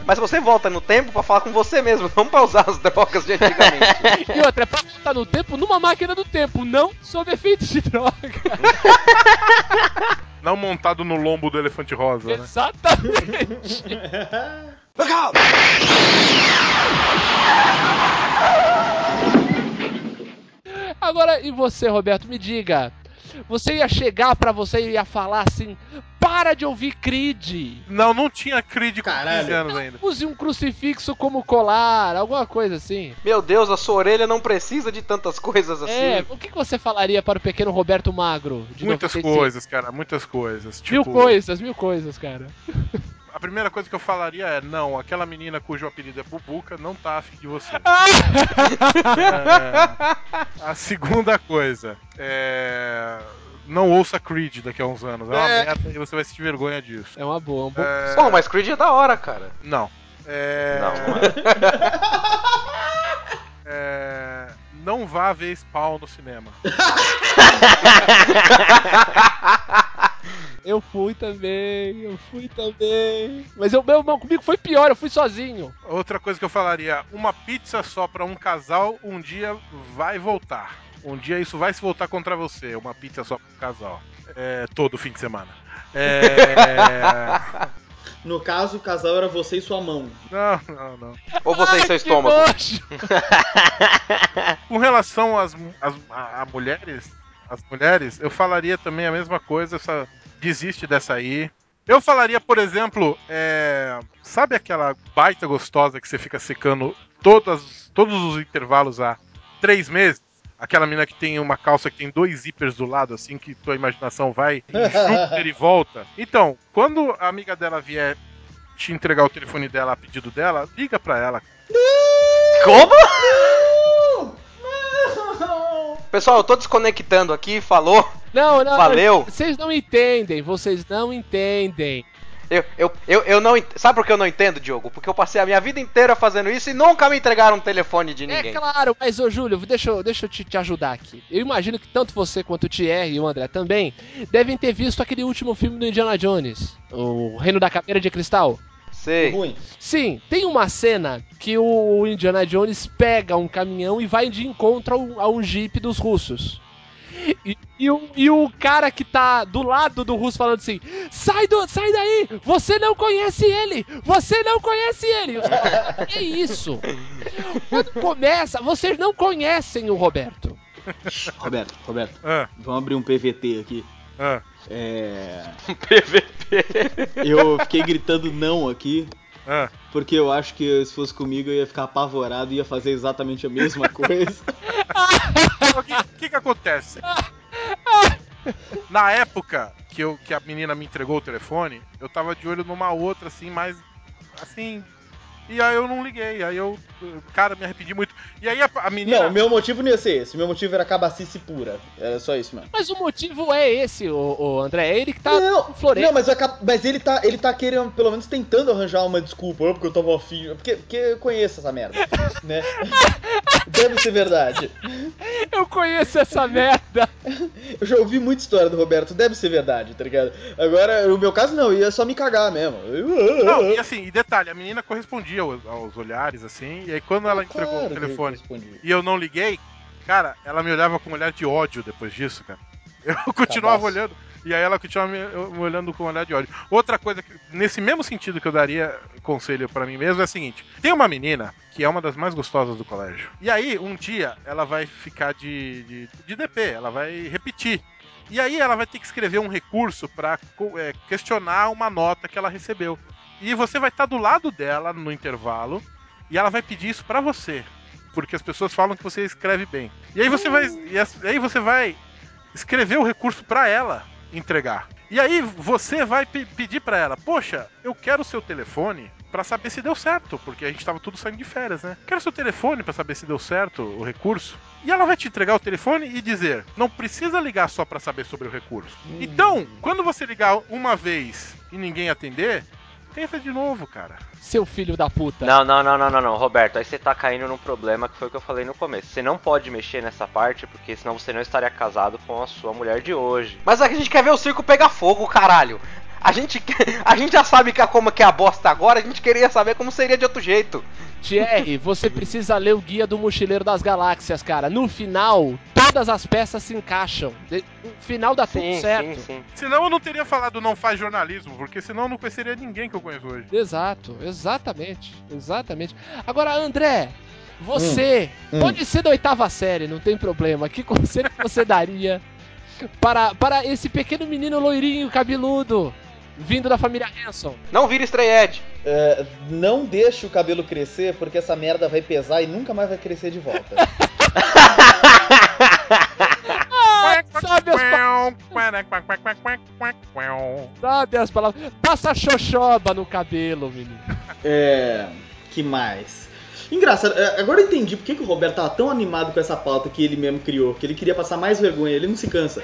Speaker 5: Mas você volta no tempo pra falar com você mesmo, não pra usar as drogas de antigamente.
Speaker 1: E outra, é pra voltar no tempo numa máquina do tempo, não sob efeitos de droga.
Speaker 2: Não montado no lombo do elefante rosa, né?
Speaker 1: Exatamente. Agora, e você, Roberto, me diga. Você ia chegar pra você e ia falar assim: para de ouvir Creed.
Speaker 2: Não, não tinha Creed com
Speaker 3: Caralho.
Speaker 2: 15 anos ainda.
Speaker 1: Use um crucifixo como colar, alguma coisa assim.
Speaker 5: Meu Deus, a sua orelha não precisa de tantas coisas assim.
Speaker 1: É, o que que você falaria para o pequeno Roberto Magro? de
Speaker 2: Muitas
Speaker 1: 95?
Speaker 2: coisas, cara, muitas coisas.
Speaker 1: Mil
Speaker 2: Tipo,
Speaker 1: coisas, mil coisas, cara.
Speaker 2: a primeira coisa que eu falaria é: não, aquela menina cujo apelido é Bubuca não tá afim de você. É, a segunda coisa é. Não ouça Creed daqui a uns anos. É uma
Speaker 5: É.
Speaker 2: merda e você vai sentir vergonha disso.
Speaker 1: É uma boa, um bom.
Speaker 2: É,
Speaker 5: Pô, mas Creed é da hora, cara.
Speaker 2: Não. É,
Speaker 4: Não, não é.
Speaker 2: é, não vá ver Spawn no cinema.
Speaker 1: Eu fui também, eu fui também. Mas eu, meu irmão, comigo foi pior, eu fui sozinho.
Speaker 2: Outra coisa que eu falaria: uma pizza só pra um casal um dia vai voltar. Um dia isso vai se voltar contra você. Uma pizza só pra um casal. É, todo fim de semana. É,
Speaker 3: No caso, o casal era você e sua mão.
Speaker 2: não, não, não.
Speaker 5: Ou você
Speaker 1: Ai,
Speaker 5: e seu
Speaker 1: que
Speaker 5: estômago.
Speaker 1: nojo.
Speaker 2: Com relação às, mu- às a, a mulheres, as mulheres, eu falaria também a mesma coisa, essa, desiste dessa aí. Eu falaria, por exemplo, é, sabe aquela baita gostosa que você fica secando todas, todos os intervalos há três meses? Aquela mina que tem uma calça que tem dois zíperes do lado, assim, que tua imaginação vai em super e volta. Então, quando a amiga dela vier te entregar o telefone dela a pedido dela, liga pra ela.
Speaker 4: Como?
Speaker 5: Pessoal, eu tô desconectando aqui, falou.
Speaker 1: Não, não.
Speaker 5: Valeu.
Speaker 1: Vocês não entendem, vocês não entendem.
Speaker 5: Eu, eu, eu, eu não. ent- Sabe por que eu não entendo, Diogo? Porque eu passei a minha vida inteira fazendo isso e nunca me entregaram um telefone de ninguém.
Speaker 1: É claro, mas ô Júlio, deixa, eu- deixa eu te, te ajudar aqui. Eu imagino que tanto você quanto o Thierry e o André também devem ter visto aquele último filme do Indiana Jones, O Reino da Caveira de Cristal.
Speaker 5: Sei.
Speaker 3: Ruim.
Speaker 1: Sim, tem uma cena que o Indiana Jones pega um caminhão e vai de encontro a um, a um jeep dos russos. E, e o, e o cara que tá do lado do russo falando assim: sai, do, sai daí! Você não conhece ele! Você não conhece ele! Eu falo, que isso? Quando começa, vocês não conhecem o Roberto.
Speaker 3: Roberto, Roberto,
Speaker 2: Ah,
Speaker 3: vamos abrir um PVT aqui.
Speaker 2: ah,
Speaker 3: É.
Speaker 4: PVP.
Speaker 3: Eu fiquei gritando não aqui,
Speaker 2: ah.
Speaker 3: porque eu acho que se fosse comigo eu ia ficar apavorado e ia fazer exatamente a mesma coisa.
Speaker 2: O que, o que que acontece? Na época que, eu, que a menina me entregou o telefone, eu tava de olho numa outra, assim, mais. Assim. E aí eu não liguei. Aí eu. Cara, me arrependi muito. E aí a, a menina.
Speaker 3: Não, meu motivo não ia ser esse. Meu motivo era cabacice pura. Era só isso mesmo.
Speaker 1: Mas o motivo é esse, o, André. É ele que tá
Speaker 3: não,
Speaker 1: floresta.
Speaker 3: não, mas, o aca- mas ele tá, ele tá querendo, pelo menos tentando arranjar uma desculpa, "Ah, porque eu tava afim, porque, porque eu conheço essa merda, né? Deve ser verdade.
Speaker 1: Eu conheço essa merda.
Speaker 3: Eu já ouvi muita história do Roberto, deve ser verdade, tá ligado? Agora, no meu caso, não, ia só me cagar mesmo. Eu-
Speaker 2: Não, e assim, e detalhe, a menina correspondia aos, aos olhares, assim, e aí quando ela entregou
Speaker 3: Claro que
Speaker 2: o
Speaker 3: eu
Speaker 2: telefone
Speaker 3: respondi.
Speaker 2: e eu não liguei, cara, ela me olhava com um olhar de ódio depois disso, cara. Eu
Speaker 3: Tá
Speaker 2: continuava
Speaker 3: Cabaço.
Speaker 2: olhando, e aí ela continuava me, eu- me olhando com um olhar de ódio. Outra coisa, que, nesse mesmo sentido que eu daria conselho pra mim mesmo, é a seguinte: tem uma menina que é uma das mais gostosas do colégio. E aí, um dia, ela vai ficar de, de, de DP, ela vai repetir. E aí ela vai ter que escrever um recurso pra co- é, questionar uma nota que ela recebeu. E você vai estar do lado dela no intervalo e ela vai pedir isso pra você, porque as pessoas falam que você escreve bem. E aí você vai e as- e aí você vai escrever o recurso pra ela entregar. E aí você vai pe- pedir pra ela: "Poxa, eu quero o seu telefone pra saber se deu certo, porque a gente tava tudo saindo de férias, né? Quero seu telefone pra saber se deu certo o recurso." E ela vai te entregar o telefone e dizer: "Não precisa ligar só pra saber sobre o recurso." Então, quando você ligar uma vez e ninguém atender, Tenta de novo, cara.
Speaker 1: Seu filho da puta.
Speaker 4: Não, não, não, não, não, não, Roberto, aí você tá caindo num problema que foi o que eu falei no começo. Você não pode mexer nessa parte, porque senão você não estaria casado com a sua mulher de hoje.
Speaker 5: Mas a gente quer ver o circo pegar fogo, caralho. A gente, quer- a gente já sabe que, como que é a bosta agora, a gente queria saber como seria de outro jeito.
Speaker 1: Thierry, você precisa ler o Guia do Mochileiro das Galáxias, cara. No final, todas as peças se encaixam. De- No final dá Tá tudo
Speaker 4: Sim, sim,
Speaker 1: certo.
Speaker 4: sim.
Speaker 2: Senão eu não teria falado não faz jornalismo, porque senão eu não conheceria ninguém que eu conheço hoje.
Speaker 1: Exato, exatamente, exatamente. Agora, André, você
Speaker 3: hum.
Speaker 1: pode ser da oitava série, não tem problema. Que conselho que você daria para, para esse pequeno menino loirinho cabeludo vindo da família Hanson?
Speaker 5: Não vira Stray Edge.
Speaker 3: É, não deixe o cabelo crescer, porque essa merda vai pesar e nunca mais vai crescer de volta.
Speaker 1: Ah, sabe as, pa- sabe as palavras. Passa xoxoba no cabelo, menino.
Speaker 3: É. Que mais? Engraçado, é, agora eu entendi por que, que o Roberto tava tão animado com essa pauta que ele mesmo criou, que ele queria passar mais vergonha, ele não se cansa.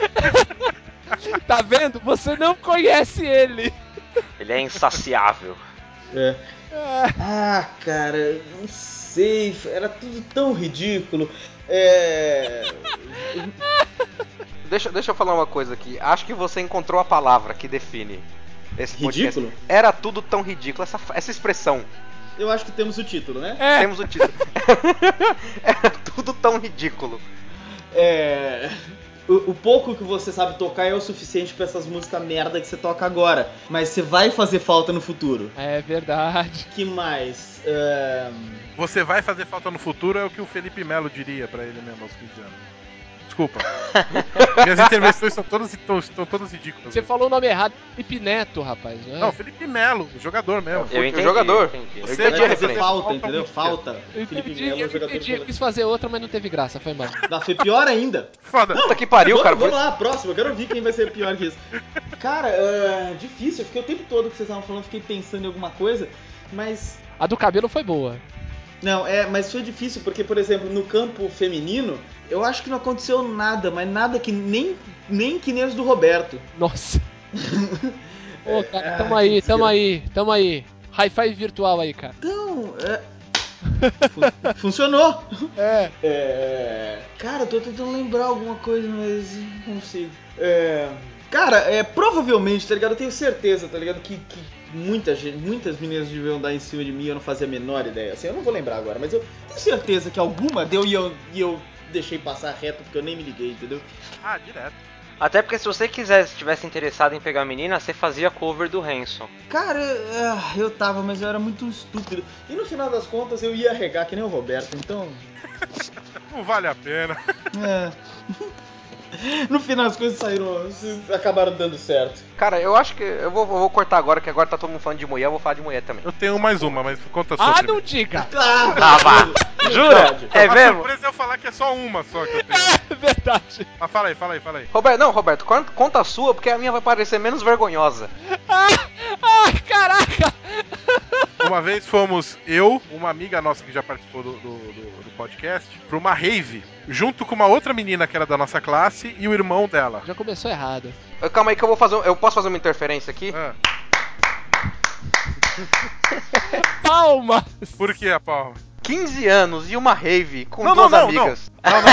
Speaker 1: Tá vendo? Você não conhece ele.
Speaker 4: Ele é insaciável.
Speaker 3: É.
Speaker 1: Ah,
Speaker 3: Ah, cara, não sei, era tudo tão ridículo. É.
Speaker 5: Deixa, deixa eu falar uma coisa aqui. Acho que você encontrou a palavra que define esse podcast.
Speaker 3: Ridículo?
Speaker 5: Era tudo tão ridículo, essa, essa expressão.
Speaker 3: Eu acho que temos o título, né?
Speaker 1: É,
Speaker 5: Temos o título. Era tudo tão ridículo.
Speaker 3: É. O, o pouco que você sabe tocar é o suficiente pra essas músicas merda que você toca agora, mas você vai fazer falta no futuro.
Speaker 1: é verdade.
Speaker 3: Que mais? É, Ahn,
Speaker 2: Você vai fazer falta no futuro é o que o Felipe Melo diria pra ele mesmo aos 15 anos. Desculpa. Minhas intervenções são todas, estão, estão todas ridículas.
Speaker 1: Você falou o nome errado. Felipe Neto, rapaz, né?
Speaker 2: Não, Felipe Melo, o jogador mesmo.
Speaker 4: Eu entendi.
Speaker 5: jogador.
Speaker 4: eu entendi.
Speaker 2: Você é
Speaker 5: Eu entendi a
Speaker 3: Vai fazer
Speaker 5: referência.
Speaker 3: falta,
Speaker 2: Falta
Speaker 3: entendeu?
Speaker 2: muito.
Speaker 3: Falta.
Speaker 1: Eu
Speaker 3: Felipe
Speaker 1: entendi,
Speaker 3: Melo,
Speaker 1: eu
Speaker 3: jogador
Speaker 1: entendi, eu
Speaker 3: de
Speaker 1: quis fazer outra, mas não teve graça, foi mal.
Speaker 3: Vai ser pior ainda.
Speaker 2: Foda.
Speaker 5: Puta que pariu,
Speaker 3: vamos,
Speaker 5: cara.
Speaker 3: Vamos
Speaker 5: foi-
Speaker 3: lá, próximo. Eu quero ouvir quem vai ser pior que isso. Cara, é, difícil. Eu fiquei o tempo todo que vocês estavam falando, fiquei pensando em alguma coisa. Mas.
Speaker 1: A do cabelo foi boa.
Speaker 3: Não, é, mas foi difícil porque, por exemplo, no campo feminino, eu acho que não aconteceu nada, mas nada que nem, nem que nem os do Roberto.
Speaker 1: Nossa. Ô, cara,
Speaker 3: É,
Speaker 1: tamo
Speaker 3: ah,
Speaker 1: aí,
Speaker 3: que
Speaker 1: tamo aí, tamo aí. Hi-fi virtual aí, cara.
Speaker 3: Então, é. fun- Funcionou!
Speaker 1: É.
Speaker 3: É. Cara, eu tô tentando lembrar alguma coisa, mas não consigo. É. Cara, é provavelmente, tá ligado? Eu tenho certeza, tá ligado? Que, que muita gente, muitas meninas deviam dar em cima de mim e eu não fazia a menor ideia. Assim, eu não vou lembrar agora, mas eu tenho certeza que alguma deu e eu, e eu deixei passar reto porque eu nem me liguei, entendeu?
Speaker 2: Ah, direto.
Speaker 4: Até porque se você quisesse, estivesse interessado em pegar a menina, você fazia cover do Hanson.
Speaker 3: Cara, ah, eu tava, mas eu era muito estúpido. E no final das contas eu ia regar que nem o Roberto, então.
Speaker 2: Não vale a pena.
Speaker 3: é. No final as coisas saíram. acabaram dando certo.
Speaker 5: Cara, eu acho que. Eu vou, eu vou cortar agora, que agora tá todo mundo falando de mulher, eu vou falar de mulher também.
Speaker 2: Eu tenho mais uma, mas conta sua.
Speaker 1: Ah,
Speaker 2: primeiro.
Speaker 1: não diga!
Speaker 3: Ah,
Speaker 4: Ah, vá. Jura?
Speaker 3: Verdade.
Speaker 4: É
Speaker 2: Uma
Speaker 4: mesmo?
Speaker 2: surpresa é eu falar que é só uma só que eu tenho.
Speaker 1: É verdade.
Speaker 2: Mas fala aí, fala aí, fala aí.
Speaker 5: Roberto, não, Roberto, conta- conta a sua, porque a minha vai parecer menos vergonhosa.
Speaker 1: Ah, ah, caraca!
Speaker 2: Uma vez fomos eu, uma amiga nossa que já participou do, do- do- do podcast, pra uma rave, junto com uma outra menina que era da nossa classe e o irmão dela.
Speaker 1: Já começou errado.
Speaker 5: Eu- Calma aí que eu vou fazer. um- Eu posso fazer uma interferência aqui?
Speaker 2: Ah,
Speaker 1: Palmas!
Speaker 2: por que a palma?
Speaker 5: 15 anos e uma rave com
Speaker 2: Não,
Speaker 5: duas
Speaker 2: não, não,
Speaker 5: amigas.
Speaker 2: Não, não.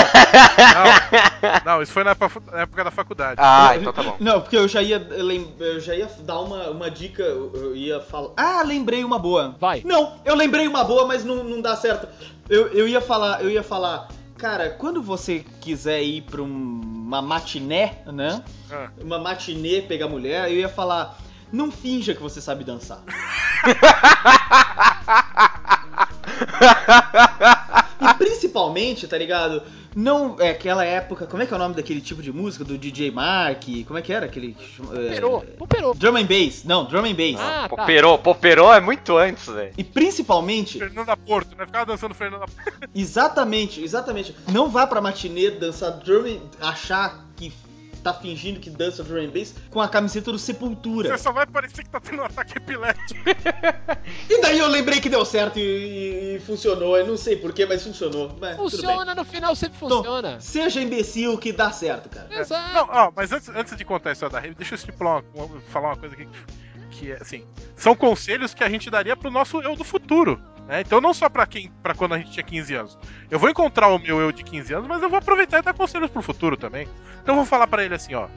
Speaker 2: não. Não, isso foi na pa- na época da faculdade.
Speaker 5: Ah, então tá bom.
Speaker 3: Não, porque eu já ia, lem- eu já ia dar uma, uma dica, eu eu ia falar. Ah, lembrei uma boa.
Speaker 1: Vai.
Speaker 3: Não, eu lembrei uma boa, mas não, não dá certo. Eu, eu ia falar, eu ia falar, cara, quando você quiser ir pra um- uma matiné, né?
Speaker 2: Ah.
Speaker 3: Uma matinê pegar mulher, eu ia falar, não finja que você sabe dançar. E principalmente, tá ligado? Não é aquela época, como é que é o nome daquele tipo de música do DJ Mark? Como é que era aquele? que chama- é,
Speaker 1: Operou, operou.
Speaker 3: Drum and bass, não, drum and bass.
Speaker 1: Ah, tá.
Speaker 4: Poperou, Poperou é muito antes, velho.
Speaker 3: E principalmente,
Speaker 2: Fernanda Porto, né? Ficava dançando Fernanda Porto.
Speaker 3: exatamente, exatamente, não vá pra matinê dançar drum and- achar que tá fingindo que dança drum and bass com a camiseta do Sepultura.
Speaker 2: Você só vai parecer que tá tendo um ataque epilético.
Speaker 3: E daí eu lembrei que deu certo e, e- e funcionou, eu não sei porquê, mas funcionou. Mas É, tudo bem.
Speaker 1: Funciona, no final sempre
Speaker 3: Então,
Speaker 1: funciona.
Speaker 3: seja imbecil que dá certo, cara.
Speaker 1: Exato.
Speaker 2: Não, ó, mas antes, antes de contar a história da rave, deixa eu estipular uma, uma- falar uma coisa aqui que- que é assim. São conselhos que a gente daria pro nosso eu do futuro. Né? Então não só pra quem para quando a gente tinha 15 anos. Eu vou encontrar o meu eu de 15 anos, mas eu vou aproveitar e dar conselhos pro futuro também. Então eu vou falar pra ele assim, ó.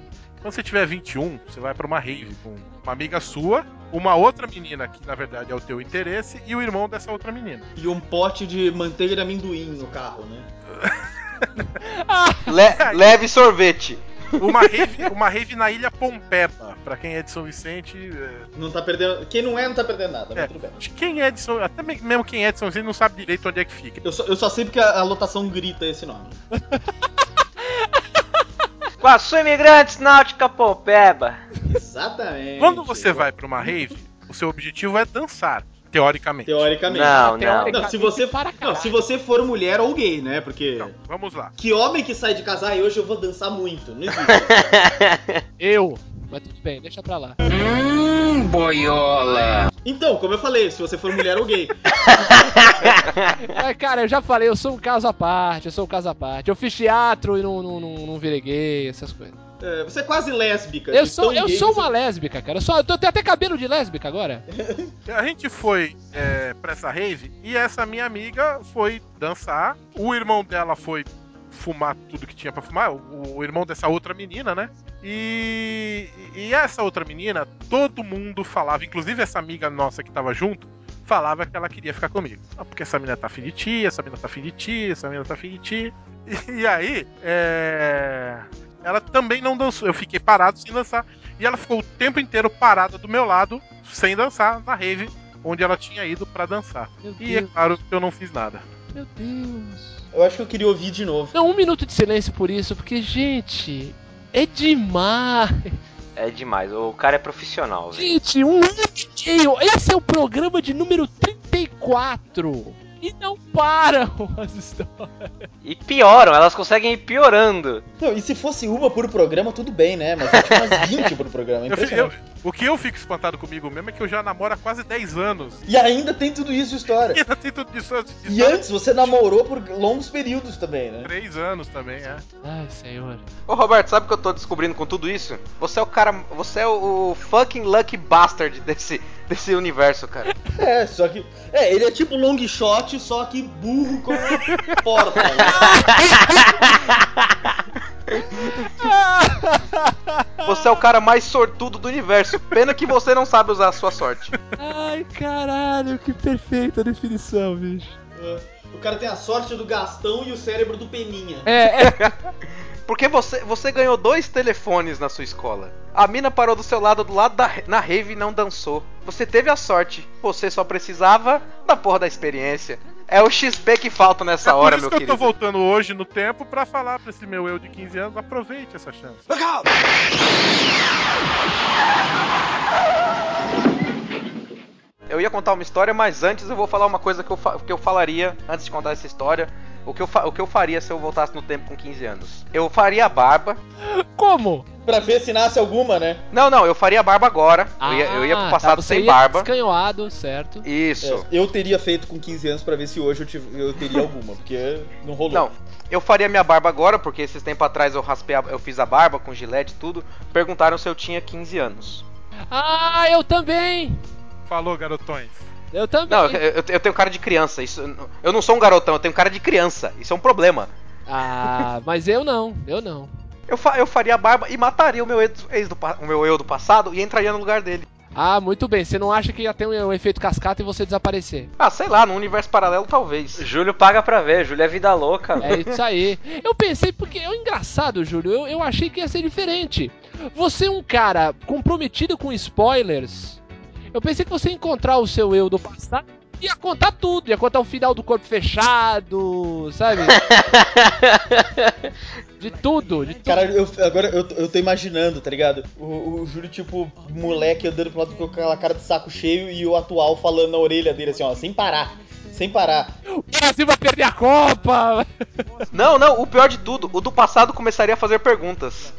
Speaker 2: Quando você tiver 21, você vai pra uma rave com uma amiga sua, uma outra menina que na verdade é o teu interesse e o irmão dessa outra menina.
Speaker 3: E um pote de manteiga de amendoim no carro, né?
Speaker 5: Le- leve sorvete.
Speaker 2: Uma rave, uma rave na ilha Pompeba, pra quem é de São Vicente, é,
Speaker 3: Não tá perdendo. Quem não é, não tá perdendo nada, mas
Speaker 2: É.
Speaker 3: tudo bem.
Speaker 2: Acho que Quem é de São até me- mesmo quem é de São Vicente não sabe direito onde é que fica.
Speaker 3: Eu só, eu só sei porque a, a lotação grita esse nome.
Speaker 4: Com a sua imigrantes náutica Popeba.
Speaker 3: Exatamente.
Speaker 2: Quando você vai pra uma rave, o seu objetivo é dançar, teoricamente.
Speaker 3: Teoricamente.
Speaker 4: Não, não.
Speaker 1: Teoricamente,
Speaker 3: Não, se você,
Speaker 1: para
Speaker 3: não,
Speaker 1: caralho.
Speaker 3: se você for mulher ou gay, né? Porque.
Speaker 2: Então, vamos lá.
Speaker 3: Que homem que sai de casar e hoje eu vou dançar muito. Não existe.
Speaker 1: Eu. Mas tudo bem, deixa pra lá.
Speaker 3: então, como eu falei, se você for mulher ou gay.
Speaker 1: Mas, cara, eu já falei, eu sou um caso à parte, eu sou um caso à parte. Eu fiz teatro e não, não, não, não virei gay, essas coisas.
Speaker 3: é, você é quase lésbica.
Speaker 1: Eu
Speaker 3: de
Speaker 1: sou,
Speaker 3: tão
Speaker 1: eu
Speaker 3: gay
Speaker 1: sou
Speaker 3: que
Speaker 1: uma lésbica, cara. Eu, sou, eu tenho até cabelo de lésbica agora.
Speaker 2: A gente foi é, pra essa rave e essa minha amiga foi dançar. O irmão dela foi fumar tudo que tinha pra fumar, o, o irmão dessa outra menina, né? E, e essa outra menina, todo mundo falava, inclusive essa amiga nossa que tava junto, falava que ela queria ficar comigo. Ah, porque essa menina tá afim de ti, essa menina tá afim de ti, essa menina tá afim de ti. E, aí, é, ela também não dançou. Eu fiquei parado sem dançar. E ela ficou o tempo inteiro parada do meu lado, sem dançar, na rave, onde ela tinha ido pra dançar.
Speaker 1: Meu
Speaker 2: E é
Speaker 1: Deus,
Speaker 2: claro que eu não fiz nada.
Speaker 1: meu Deus.
Speaker 3: Eu acho que eu queria ouvir de novo.
Speaker 1: Não, um minuto de silêncio por isso, porque, gente, é demais.
Speaker 4: É demais, o cara é profissional, velho.
Speaker 1: Gente, um ano e meio. Esse é o programa de número 34. E não param as histórias.
Speaker 4: E pioram, elas conseguem ir piorando.
Speaker 3: Não, e se fosse uma por programa, tudo bem, né? Mas eu tinha umas 20 por programa. é
Speaker 2: Eu fi-
Speaker 3: Impressionante.
Speaker 2: eu- o que eu fico espantado comigo mesmo é que eu já namoro há quase 10 anos.
Speaker 3: E ainda tem tudo isso de história.
Speaker 2: E ainda tem tudo isso antes
Speaker 3: E
Speaker 2: de
Speaker 3: antes você namorou por longos períodos também, né?
Speaker 2: 3 anos também, é.
Speaker 1: Ai, senhor.
Speaker 5: Ô Roberto, sabe o que eu tô descobrindo com tudo isso? Você é o cara. Você é o, o fucking lucky bastard desse, desse universo, cara.
Speaker 3: É, só que. É, ele é tipo long shot, só que burro com a porta. né?
Speaker 5: Você é o cara mais sortudo do universo. Pena que você não sabe usar a sua sorte.
Speaker 1: Ai, caralho, que perfeita definição, bicho.
Speaker 3: É. O cara tem a sorte do Gastão e o cérebro do Peninha.
Speaker 1: É, é.
Speaker 5: Porque você, você ganhou dois telefones na sua escola. A mina parou do seu lado, do lado da, na rave e não dançou. Você teve a sorte. Você só precisava da porra da experiência. É o XP que falta nessa
Speaker 2: é por
Speaker 5: hora,
Speaker 2: isso
Speaker 5: meu
Speaker 2: que eu tô
Speaker 5: querido.
Speaker 2: voltando hoje no tempo pra falar pra esse meu eu de 15 anos, aproveite essa chance.
Speaker 5: Eu ia contar uma história, mas antes eu vou falar uma coisa que eu, fa- que eu falaria antes de contar essa história. O que, eu fa- o que eu faria se eu voltasse no tempo com 15 anos? Eu faria a barba.
Speaker 1: Como?
Speaker 3: Pra ver se nasce alguma, né?
Speaker 5: Não, não, eu faria a barba agora. eu, ia, eu ia pro
Speaker 1: Ah,
Speaker 5: passado
Speaker 1: tá, você
Speaker 5: sem
Speaker 1: ia
Speaker 5: barba.
Speaker 1: Descanhoado, certo?
Speaker 5: Isso.
Speaker 3: É, eu teria feito com 15 anos pra ver se hoje eu, tive- eu teria alguma, porque não rolou.
Speaker 5: Não, eu faria minha barba agora, porque esses tempos atrás eu raspei, a- eu fiz a barba com gilete e tudo. Perguntaram se eu tinha 15 anos.
Speaker 1: Ah, eu também!
Speaker 2: Falou, garotões.
Speaker 1: Eu também!
Speaker 5: Não, eu, eu- eu tenho cara de criança. Isso, eu não sou um garotão, eu tenho cara de criança. Isso é um problema.
Speaker 1: Ah, mas eu não, eu não.
Speaker 5: Eu, fa- eu faria a barba e mataria o meu ex, ex do, pa- o meu eu do passado e entraria no lugar dele.
Speaker 1: Ah, muito bem, você não acha que ia ter um, um efeito cascata e você desaparecer?
Speaker 5: Ah, sei lá, num universo paralelo talvez.
Speaker 4: Júlio paga pra ver, Júlio é vida louca. velho.
Speaker 1: É isso aí. Eu pensei, porque é engraçado, Júlio, eu, eu achei que ia ser diferente. Você é um cara comprometido com spoilers. Eu pensei que você ia encontrar o seu eu do passado e ia contar tudo, ia contar o final do corpo fechado, sabe? De tudo, de tudo.
Speaker 3: Cara, eu, agora eu, tô- eu tô imaginando, tá ligado? O, o Júlio, tipo, moleque andando pro lado com aquela cara de saco cheio e o atual falando na orelha dele assim, ó, sem parar. Sem parar.
Speaker 1: O Brasil assim vai perder a Copa!
Speaker 5: Não, não, o pior de tudo, o do passado começaria a fazer perguntas.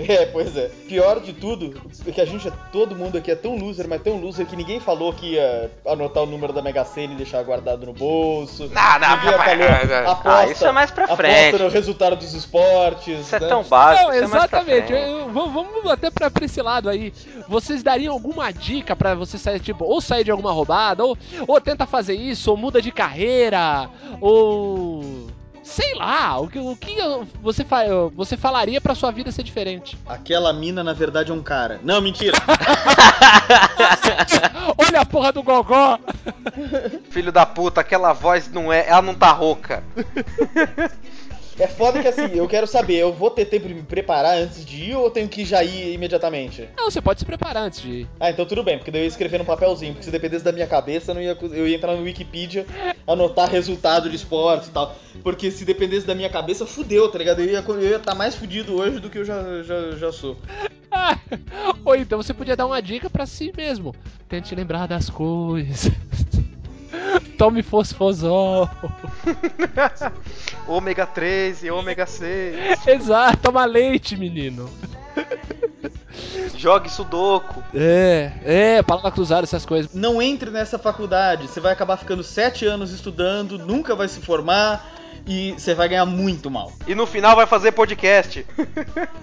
Speaker 3: É, pois é. Pior de tudo é que a gente, é- todo mundo aqui é tão loser, mas tão loser que ninguém falou que ia anotar o número da Mega Sena e deixar guardado no bolso.
Speaker 5: Não, não,
Speaker 3: ninguém
Speaker 5: rapaz,
Speaker 3: falou. tá Aposta,
Speaker 4: ah, isso é mais pra
Speaker 3: Aposta
Speaker 4: frente.
Speaker 3: no resultado dos esportes.
Speaker 4: Isso é
Speaker 3: né?
Speaker 4: tão básico.
Speaker 1: Não,
Speaker 4: isso é mais pra
Speaker 1: exatamente.
Speaker 4: frente.
Speaker 1: Eu- eu- vamos, vamos até pra, pra esse lado aí. Vocês dariam alguma dica pra você sair, tipo, ou sair de alguma roubada, ou, ou tenta fazer isso, ou muda de carreira, ou. Sei lá, o que, o que eu- você, fa você falaria pra sua vida ser diferente?
Speaker 3: Aquela mina, na verdade, é um cara. Não, mentira.
Speaker 1: Olha a porra do Gogó!
Speaker 5: Filho da puta, aquela voz não é. Ela não tá rouca.
Speaker 3: É foda que assim, eu quero saber, eu vou ter tempo de me preparar antes de ir ou eu tenho que já ir imediatamente?
Speaker 1: Não, você pode se preparar antes de ir.
Speaker 3: Ah, então tudo bem, porque daí eu ia escrever num papelzinho, porque se dependesse da minha cabeça, eu não ia, co- eu ia entrar no Wikipedia, anotar resultado de esporte e tal. Porque se dependesse da minha cabeça, fudeu, tá ligado? Eu ia estar eu ia tá mais fudido hoje do que eu já, já, já sou.
Speaker 1: Ah, ou então você podia dar uma dica pra si mesmo. Tente lembrar das coisas. Tome fosfosol.
Speaker 5: ômega 3 e ômega 6.
Speaker 1: Exato, toma leite, menino.
Speaker 5: Jogue sudoku.
Speaker 1: É, é, palavra cruzada, essas coisas.
Speaker 3: Não entre nessa faculdade, você vai acabar ficando sete anos estudando, nunca vai se formar e você vai ganhar muito mal.
Speaker 5: E no final vai fazer podcast.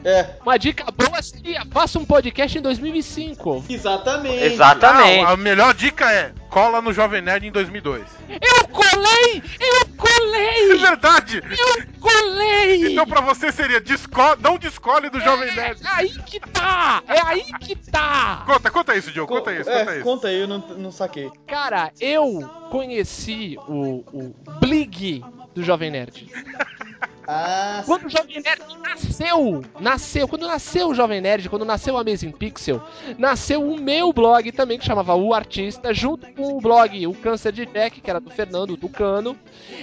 Speaker 3: É,
Speaker 1: Uma dica boa seria: faça um podcast em 2005.
Speaker 3: exatamente.
Speaker 4: Exatamente.
Speaker 2: Não, Ah, a melhor dica é cola no Jovem Nerd em 2002.
Speaker 1: Eu colei! Eu
Speaker 2: É
Speaker 1: colei!
Speaker 2: verdade!
Speaker 1: Eu colei!
Speaker 2: Então pra você seria desco... não descole do Jovem Nerd.
Speaker 1: É aí que tá! É aí que tá!
Speaker 2: Conta, conta isso, Diogo, conta isso, conta
Speaker 3: É,
Speaker 2: isso.
Speaker 3: conta aí, eu não, não saquei.
Speaker 1: Cara, eu conheci o, o Blig do Jovem Nerd.
Speaker 3: Ah,
Speaker 1: Quando o Jovem Nerd nasceu, nasceu, quando nasceu o Jovem Nerd, quando nasceu a Amazing Pixel, nasceu o meu blog também, que chamava O Artista, junto com o blog O Câncer de Jack, que era do Fernando Tucano.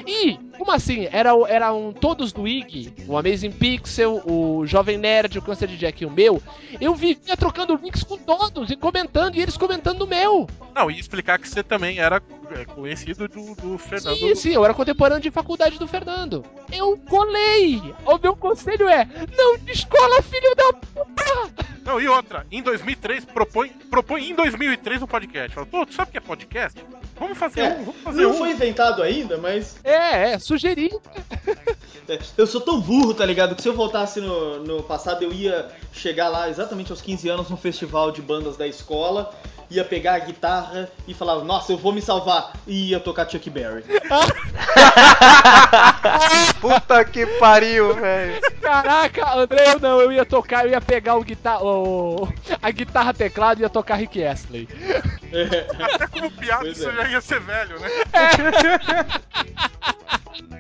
Speaker 1: E, como assim, era, o- eram todos do IG, o Amazing Pixel, o Jovem Nerd, o Câncer de Jack e o meu, eu vivia trocando links com todos e comentando, e eles comentando o meu.
Speaker 2: Não, e explicar que você também era é, conhecido do, do Fernando.
Speaker 1: Sim, sim, eu era contemporâneo de faculdade do Fernando. Eu colei! O meu conselho é, não descola, filho da puta!
Speaker 2: Não, e outra, em 2003, propõe, propõe em 2003 um podcast. Fala, pô, tu sabe o que é podcast? Vamos fazer
Speaker 3: É,
Speaker 2: um, vamos fazer
Speaker 3: não
Speaker 2: um.
Speaker 3: foi inventado ainda, mas
Speaker 1: É, é, sugeri.
Speaker 3: É, Eu sou tão burro, tá ligado? Que se eu voltasse no, no passado, eu ia chegar lá exatamente aos 15 anos num festival de bandas da escola, ia pegar a guitarra e falava, nossa, eu vou me salvar, e ia tocar Chuck Berry.
Speaker 5: Puta que pariu, velho.
Speaker 1: Caraca, André, eu não, eu ia tocar, eu ia pegar o guitar, o, a guitarra teclado e ia tocar Rick Astley.
Speaker 3: É,
Speaker 2: Até como piada,
Speaker 3: Pois
Speaker 2: isso
Speaker 3: é.
Speaker 2: já ia ser velho, né?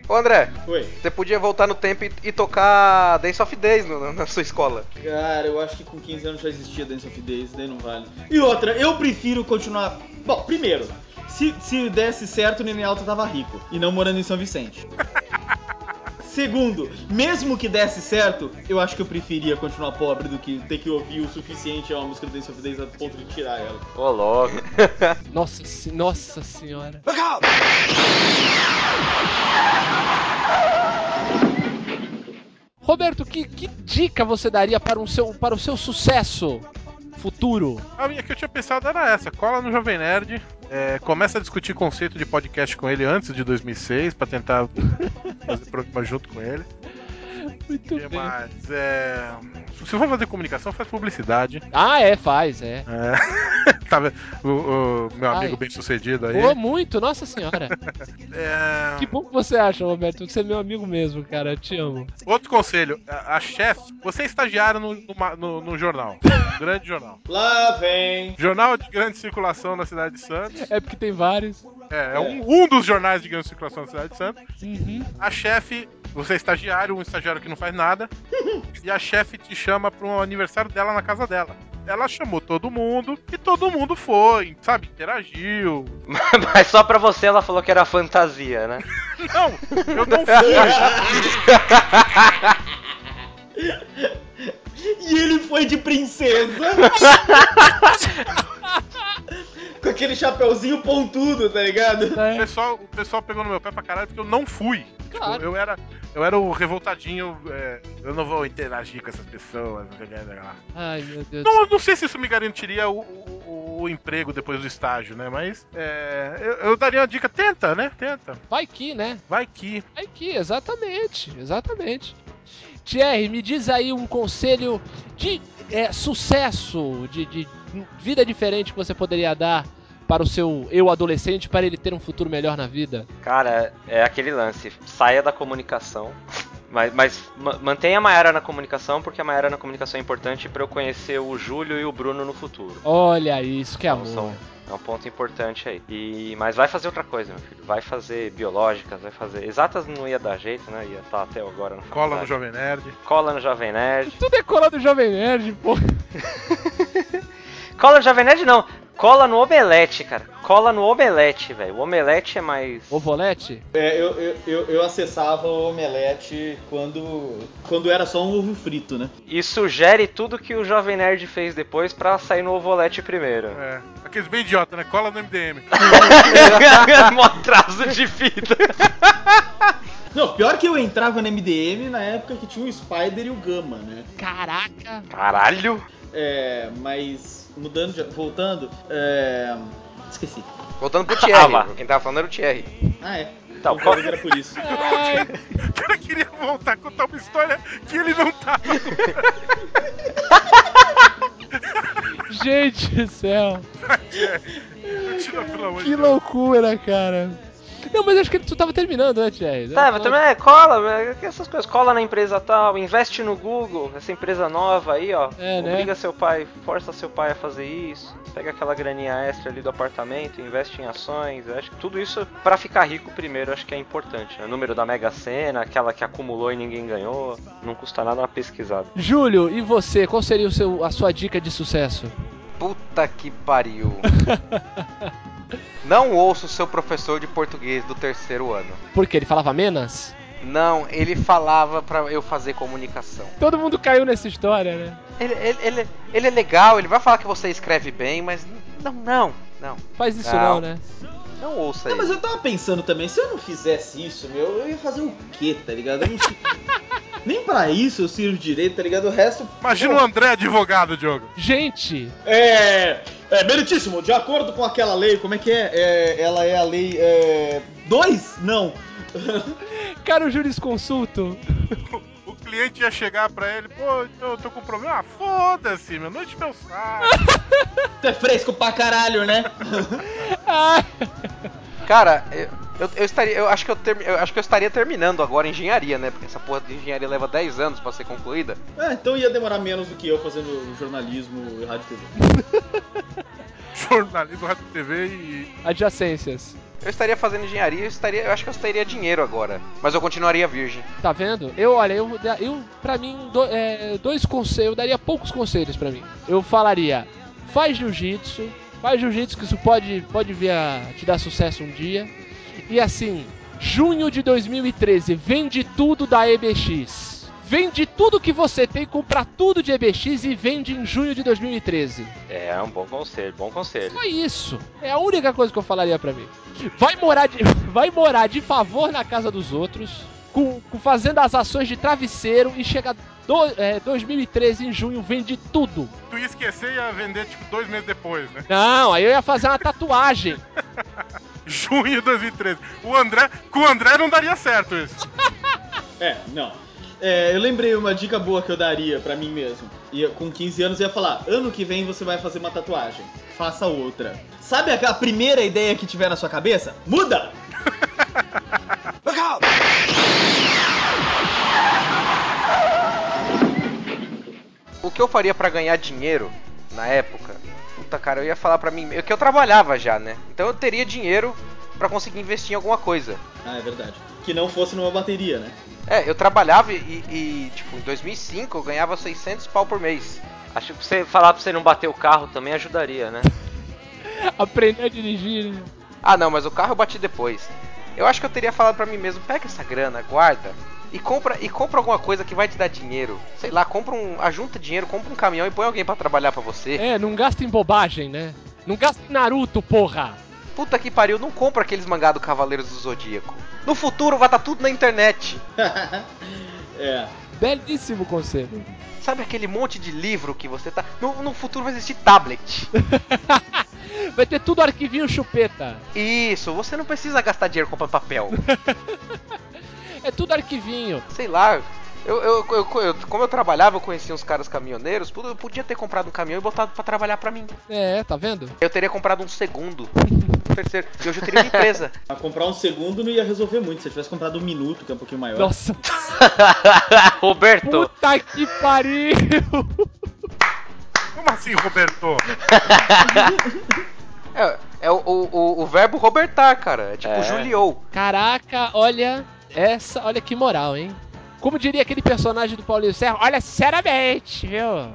Speaker 5: Ô André,
Speaker 3: Oi.
Speaker 5: você podia voltar no tempo e, e tocar Dance of Days no- na- na sua escola.
Speaker 3: Cara, eu acho que com 15 anos já existia Dance of Days, daí não vale. E outra, eu prefiro continuar. Bom, primeiro, se, se desse certo, o Nene Alto tava rico e não morando em São Vicente. Segundo, mesmo que desse certo, eu acho que eu preferia continuar pobre do que ter que ouvir o suficiente a uma música do Dance of Days a ponto de tirar ela.
Speaker 4: Ô, logo.
Speaker 1: Nossa, se- nossa senhora. Roberto, que, que dica você daria para, um seu, para o seu sucesso futuro?
Speaker 2: A minha que eu tinha pensado era essa: cola no Jovem Nerd, é, começa a discutir conceito de podcast com ele antes de 2006, pra tentar fazer programa junto com ele.
Speaker 1: Muito
Speaker 2: E, Mas é. Se você for fazer comunicação, faz publicidade.
Speaker 1: Ah, é, faz, é.
Speaker 2: É, tá vendo? o, o meu
Speaker 1: Ai.
Speaker 2: amigo bem sucedido aí.
Speaker 1: Boa muito, nossa senhora.
Speaker 2: É,
Speaker 1: Que bom que você acha, Roberto, que você é meu amigo mesmo, cara. Eu te amo.
Speaker 2: Outro conselho: a, a chefe, você é estagiário no, numa- no, no jornal, um grande jornal.
Speaker 3: Lá vem!
Speaker 2: Jornal de grande circulação na cidade de Santos.
Speaker 1: É porque tem vários.
Speaker 2: É, é um, um dos jornais de grande circulação na cidade de Santos.
Speaker 1: Uhum.
Speaker 2: A chefe, você é estagiário, um estagiário que não faz nada, e a chefe te chama para um aniversário dela na casa dela. Ela chamou todo mundo e todo mundo foi, sabe? Interagiu.
Speaker 4: Mas só pra você ela falou que era fantasia, né?
Speaker 2: Não, eu não fui.
Speaker 3: E ele foi de princesa! Com aquele chapeuzinho pontudo, tá ligado?
Speaker 1: É.
Speaker 2: O pessoal, o pessoal pegou no meu pé pra caralho porque eu não fui.
Speaker 1: Claro.
Speaker 2: Tipo, eu era, eu era o revoltadinho. é, eu não vou interagir com essas pessoas. blá, blá, blá, blá.
Speaker 1: Ai, meu Deus.
Speaker 2: Não, eu não sei se isso me garantiria o, o- o emprego depois do estágio, né? Mas é, eu, eu daria uma dica: tenta, né? Tenta.
Speaker 1: Vai que, né?
Speaker 2: Vai que.
Speaker 1: Vai que, exatamente, exatamente. Thierry, me diz aí um conselho de é, sucesso, de, de vida diferente que você poderia dar para o seu eu adolescente para ele ter um futuro melhor na vida.
Speaker 4: Cara, é aquele lance. Saia da comunicação. Mas, mas ma- mantenha a Mayara na comunicação, porque a Mayara na comunicação é importante pra eu conhecer o Júlio e o Bruno no futuro.
Speaker 1: Olha isso, que
Speaker 4: Então,
Speaker 1: amor.
Speaker 4: são- é um ponto importante aí. E, mas vai fazer outra coisa, meu filho. Vai fazer biológicas, vai fazer. Exatas não ia dar jeito, né? Ia estar até agora na
Speaker 2: Cola no
Speaker 4: faculdade.
Speaker 2: Jovem Nerd.
Speaker 4: Cola no Jovem Nerd.
Speaker 1: Tudo é cola do Jovem Nerd, pô.
Speaker 4: Cola no Jovem Nerd não. Cola no Omelete, cara. Cola no Omelete, velho. O Omelete é mais.
Speaker 1: Ovolete?
Speaker 3: É, eu, eu, eu, eu acessava o Omelete quando, quando era só um ovo frito, né?
Speaker 4: E sugere tudo que o Jovem Nerd fez depois pra sair no Ovolete primeiro.
Speaker 2: É, aqueles bem idiota, né? Cola no MDM.
Speaker 4: É Mó atraso de vida.
Speaker 3: Não, pior que eu entrava no MDM na época que tinha o Spider e o Gama, né?
Speaker 1: Caraca.
Speaker 4: Caralho.
Speaker 3: É, mas mudando, de- voltando, é... esqueci.
Speaker 5: Voltando pro
Speaker 4: Ah,
Speaker 5: Thierry.
Speaker 4: lá.
Speaker 5: quem tava falando era o Thierry.
Speaker 3: Ah, é.
Speaker 4: Tá,
Speaker 3: Não
Speaker 4: qual-
Speaker 3: falei que era por isso.
Speaker 1: Ai,
Speaker 2: O cara queria voltar a contar uma história que ele não tava.
Speaker 1: gente do céu.
Speaker 2: Tira, pelo amor de
Speaker 1: Que
Speaker 2: Deus.
Speaker 1: loucura, cara. Não, mas acho que tu tava terminando, né, Thierry?
Speaker 4: Tá, mas também é cola, é essas coisas. Cola na empresa tal, investe no Google, essa empresa nova aí, ó.
Speaker 1: É, né?
Speaker 4: Obriga seu pai, força seu pai a fazer isso. Pega aquela graninha extra ali do apartamento, investe em ações. Eu acho que tudo isso pra ficar rico primeiro, acho que é importante. Né? O número da Mega Sena, aquela que acumulou e ninguém ganhou, não custa nada uma pesquisada.
Speaker 1: Júlio, e você? Qual seria o seu, a sua dica de sucesso?
Speaker 5: Puta que pariu. Não ouça o seu professor de português do terceiro ano.
Speaker 1: Porque ele falava menos?
Speaker 5: Não, ele falava pra eu fazer comunicação.
Speaker 1: Todo mundo caiu nessa história, né?
Speaker 5: Ele, ele, ele, ele é legal, ele vai falar que você escreve bem, mas não, não, não.
Speaker 1: Faz isso não,
Speaker 5: Não.
Speaker 1: né?
Speaker 5: Não ouça
Speaker 3: Não, mas
Speaker 5: ele.
Speaker 3: eu tava pensando também, se eu não fizesse isso, meu, eu ia fazer o quê, tá ligado? Eu não sei- Nem pra isso eu sirvo direito, tá ligado? O resto.
Speaker 2: Imagina o André advogado, Diogo.
Speaker 1: Gente,
Speaker 3: É, é, meritíssimo, de acordo com aquela lei, como é que é? É, ela é a lei. É, dois? Não.
Speaker 1: cara, o jurisconsulto.
Speaker 2: O cliente ia chegar pra ele, pô, então eu tô com problema. Ah, foda-se, meu, noite meu saco.
Speaker 3: Tu é fresco pra caralho, né?
Speaker 1: Ah,
Speaker 5: Cara, eu, eu, eu estaria. Eu acho, que eu, termi- eu acho que eu estaria terminando agora engenharia, né? Porque essa porra de engenharia leva 10 anos pra ser concluída.
Speaker 3: Ah, então ia demorar menos do que eu fazendo jornalismo e rádio e TV.
Speaker 2: Jornalismo, rádio e TV e.
Speaker 1: adjacências.
Speaker 5: eu estaria fazendo engenharia, eu, estaria, eu acho que eu estaria dinheiro agora. Mas eu continuaria virgem.
Speaker 1: Tá vendo? Eu, olha, eu, eu pra mim, do- é, dois conselhos, eu daria poucos conselhos pra mim. Eu falaria, faz jiu-jitsu, faz jiu-jitsu que isso pode, pode vir a te dar sucesso um dia. E assim, junho de 2013, vende tudo da EBX. Vende tudo que você tem, compra tudo de EBX e vende em junho de 2013.
Speaker 4: É, um bom conselho, bom conselho.
Speaker 1: Só isso. É a única coisa que eu falaria pra mim. Vai morar de, vai morar de favor na casa dos outros, com, com- fazendo as ações de travesseiro e chega do, é, 2013 em junho, vende tudo.
Speaker 2: Tu ia esquecer e ia vender, tipo, dois meses depois, né?
Speaker 1: Não, aí eu ia fazer uma tatuagem.
Speaker 2: Junho de 2013. O André, com o André não daria certo isso.
Speaker 3: É, não. É, eu lembrei uma dica boa que eu daria pra mim mesmo. E eu, com 15 anos eu ia falar: ano que vem você vai fazer uma tatuagem. Faça outra. Sabe a, a primeira ideia que tiver na sua cabeça? Muda!
Speaker 5: O que eu faria pra ganhar dinheiro na época? Puta, cara, eu ia falar pra mim, é que eu trabalhava já, né? Então eu teria dinheiro pra conseguir investir em alguma coisa.
Speaker 3: Ah, é verdade. Que não fosse numa bateria, né?
Speaker 5: É, eu trabalhava e, e, tipo, em 2005 eu ganhava 600 pau por mês.
Speaker 4: Acho que você falar pra você não bater o carro também ajudaria, né?
Speaker 1: Aprender a dirigir. né?
Speaker 5: Ah, não, mas o carro eu bati depois. Eu acho que eu teria falado pra mim mesmo, pega essa grana, guarda e compra e compra alguma coisa que vai te dar dinheiro. Sei lá, compra um, ajunta dinheiro, compra um caminhão e põe alguém pra trabalhar pra você.
Speaker 1: É, não gasta em bobagem, né? Não gasta em Naruto, porra.
Speaker 5: Puta que pariu, não compra aqueles mangá do Cavaleiros do Zodíaco. No futuro vai estar tudo na internet.
Speaker 3: é.
Speaker 1: Belíssimo conselho.
Speaker 5: Sabe aquele monte de livro que você tá. No, no futuro vai existir tablet.
Speaker 1: Vai ter tudo arquivinho chupeta.
Speaker 5: Isso, você não precisa gastar dinheiro comprando papel.
Speaker 1: É tudo arquivinho.
Speaker 5: Sei lá. Eu, eu, eu- eu- como eu trabalhava, eu conhecia uns caras caminhoneiros. puta, Eu podia ter comprado um caminhão e botado pra trabalhar pra mim.
Speaker 1: É, tá vendo?
Speaker 5: Eu teria comprado um segundo, um terceiro. E hoje eu teria uma empresa.
Speaker 3: Mas comprar um segundo não ia resolver muito. Se eu tivesse comprado um minuto, que é um pouquinho maior.
Speaker 1: Nossa,
Speaker 4: Roberto,
Speaker 1: puta que pariu.
Speaker 2: Como assim, Roberto?
Speaker 5: É, é o, o, o- o verbo robertar, cara. É tipo
Speaker 4: É.
Speaker 5: Juliou.
Speaker 1: Caraca, olha essa, olha que moral, hein? Como diria aquele personagem do Paulinho Serra, olha sinceramente, viu?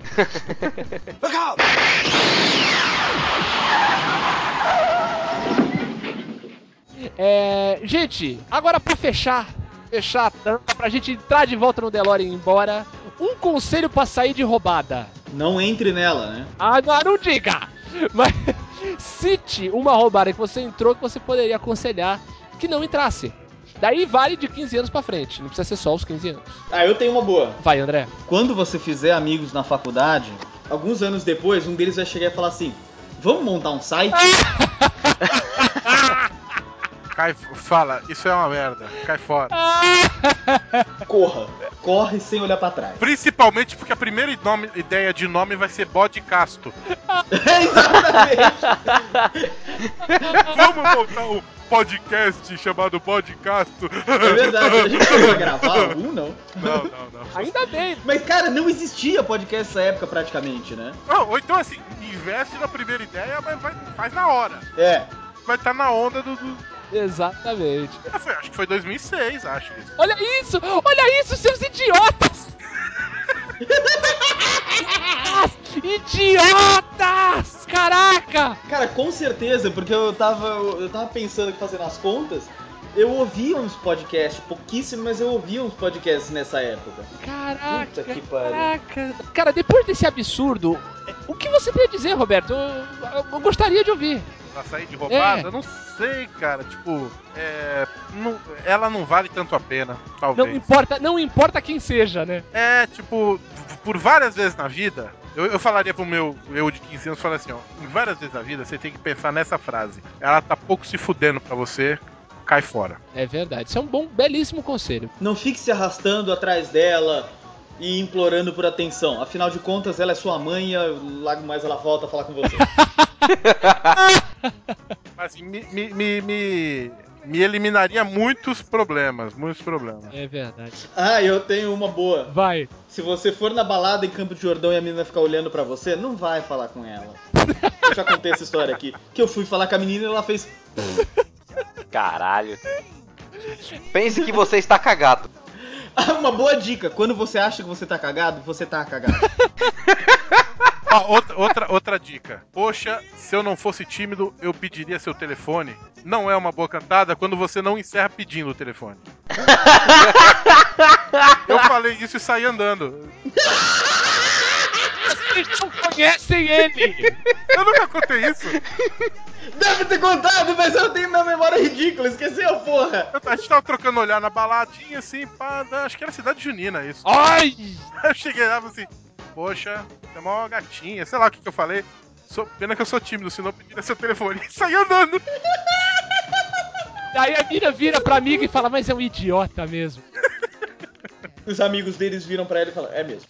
Speaker 1: É, gente, agora pra fechar, fechar a tampa, pra gente entrar de volta no DeLorean e ir embora, um conselho pra sair de roubada.
Speaker 3: Não entre nela, né?
Speaker 1: Ah, não, não diga! Mas cite uma roubada que você entrou que você poderia aconselhar que não entrasse. Daí vale de 15 anos pra frente, não precisa ser só os 15 anos.
Speaker 3: Ah, eu tenho uma boa.
Speaker 1: Vai, André.
Speaker 3: Quando você fizer amigos na faculdade, alguns anos depois, um deles vai chegar e falar assim: Vamos montar um site?
Speaker 2: Cai, fala, isso é uma merda. Cai fora.
Speaker 3: Corra! Corre sem olhar pra trás.
Speaker 2: Principalmente porque a primeira nome- ideia de nome vai ser bode casto.
Speaker 3: É, Exatamente!
Speaker 2: Vamos montar um podcast chamado Podcasto.
Speaker 3: É verdade, a gente vai gravar algum, não?
Speaker 2: Não, não, não.
Speaker 1: Ainda bem.
Speaker 3: Mas, cara, não existia podcast nessa época praticamente, né?
Speaker 2: Não, ou então assim, investe na primeira ideia, mas vai- faz na hora.
Speaker 3: É.
Speaker 2: Vai estar na onda do. do-
Speaker 1: Exatamente.
Speaker 2: Ah, foi- acho que foi 2006, acho. isso.
Speaker 1: Olha isso! Olha isso, seus idiotas! idiotas! Caraca!
Speaker 3: Cara, com certeza, porque eu tava, eu tava pensando aqui fazendo as contas. Eu ouvia uns podcasts, pouquíssimo, mas eu ouvia uns podcasts nessa época.
Speaker 1: Caraca!
Speaker 3: Puta que pariu.
Speaker 1: caraca! Cara, depois desse absurdo, o que você tem a dizer, Roberto? Eu, eu- eu gostaria de ouvir.
Speaker 2: Pra sair de roubada,
Speaker 1: É.
Speaker 2: eu não sei, cara. Tipo, é, não- ela não vale tanto a pena,
Speaker 1: Não
Speaker 2: talvez.
Speaker 1: importa, não importa quem seja, né?
Speaker 2: É, tipo, por várias vezes na vida, eu, eu falaria pro meu eu de 15 anos, falaria assim, ó, em várias vezes na vida você tem que pensar nessa frase. Ela tá pouco se fudendo pra você, cai fora.
Speaker 1: É verdade. Isso é um bom, belíssimo conselho.
Speaker 3: Não fique se arrastando atrás dela e implorando por atenção. Afinal de contas, ela é sua mãe e logo mais ela volta a falar com você.
Speaker 2: Mas assim, me, me, me, me, me eliminaria muitos problemas, muitos problemas.
Speaker 1: É verdade.
Speaker 3: ah, eu tenho uma boa.
Speaker 1: Vai.
Speaker 3: Se você for na balada em Campo de Jordão e a menina ficar olhando pra você, não vai falar com ela. Eu já contei essa história aqui. Que eu fui falar com a menina e ela fez.
Speaker 4: Caralho.
Speaker 5: Pense que você está cagado.
Speaker 3: "Ah, Uma boa dica, quando você acha que você tá cagado, você tá cagado.
Speaker 2: Ó, outra, outra, outra dica. Poxa, se eu não fosse tímido, eu pediria seu telefone. Não é uma boa cantada quando você não encerra pedindo o telefone. eu falei isso e saí andando.
Speaker 1: Vocês não conhecem ele!
Speaker 2: Eu nunca contei isso.
Speaker 3: Deve ter contado, mas eu tenho minha memória ridícula, esqueceu, porra!
Speaker 2: Eu- A gente tava trocando olhar na baladinha, assim, pá, da- acho que era cidade junina isso.
Speaker 1: Ai!
Speaker 2: Aí eu cheguei lá e falei assim, poxa, você é mó gatinha, sei lá o que, que eu falei. Sou, pena que eu sou tímido, senão eu pediria seu telefone e saí andando.
Speaker 1: Daí a mina vira pra amiga e fala, mas é um idiota mesmo.
Speaker 3: Os amigos deles viram pra ele e falaram, é mesmo.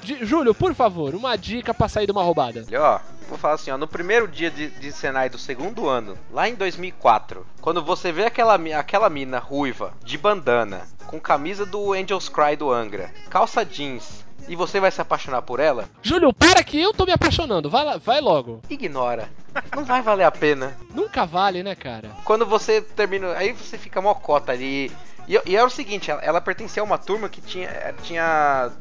Speaker 1: Di- Júlio, por favor, uma dica pra sair de uma roubada.
Speaker 5: Olha, ó, vou falar assim, ó, no primeiro dia de, de Senai do segundo ano, lá em 2004, quando você vê aquela, mi- aquela mina ruiva, de bandana, com camisa do Angels Cry do Angra, calça jeans, e você vai se apaixonar por ela?
Speaker 1: Júlio, para que eu tô me apaixonando. Vai, lá, vai logo.
Speaker 5: Ignora. Não vai valer a pena.
Speaker 1: Nunca vale, né, cara?
Speaker 5: Quando você termina, aí você fica mocota ali. E, e era o seguinte, ela, ela pertencia a uma turma que tinha, eh, tinha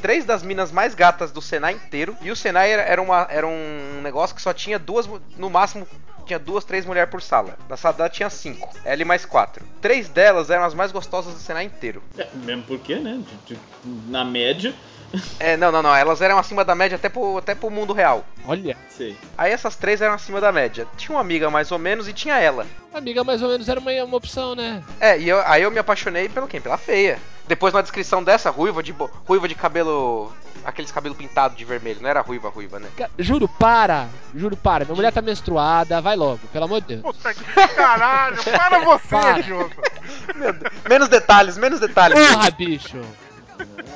Speaker 5: três das minas mais gatas do Senai inteiro. E o Senai era, era, uma, era um negócio que só tinha duas, mu- no máximo, tinha duas, três mulheres por sala. Na sala dela tinha cinco, L mais quatro. Três delas eram as mais gostosas do Senai inteiro.
Speaker 3: É, mesmo porque, né? de- de- na média.
Speaker 5: É, não, não, não, elas eram acima da média até pro, até pro mundo real.
Speaker 1: Olha,
Speaker 3: Sei.
Speaker 5: Aí essas três eram acima da média. Tinha uma amiga mais ou menos e tinha ela.
Speaker 1: amiga mais ou menos era uma, uma opção, né?
Speaker 5: É, e eu- aí eu me apaixonei pelo quem? Pela feia. Depois na descrição dessa, ruiva de, bo- ruiva de cabelo. Aqueles cabelo pintado de vermelho. Não era ruiva, ruiva, né?
Speaker 1: Ca- Júlio, para. Júlio, para. Minha mulher tá menstruada. Vai logo, pelo amor de Deus.
Speaker 2: Puta que caralho, para você,
Speaker 1: Para.
Speaker 2: Diogo.
Speaker 5: Meu Deus. Menos detalhes, menos detalhes.
Speaker 1: Porra, bicho.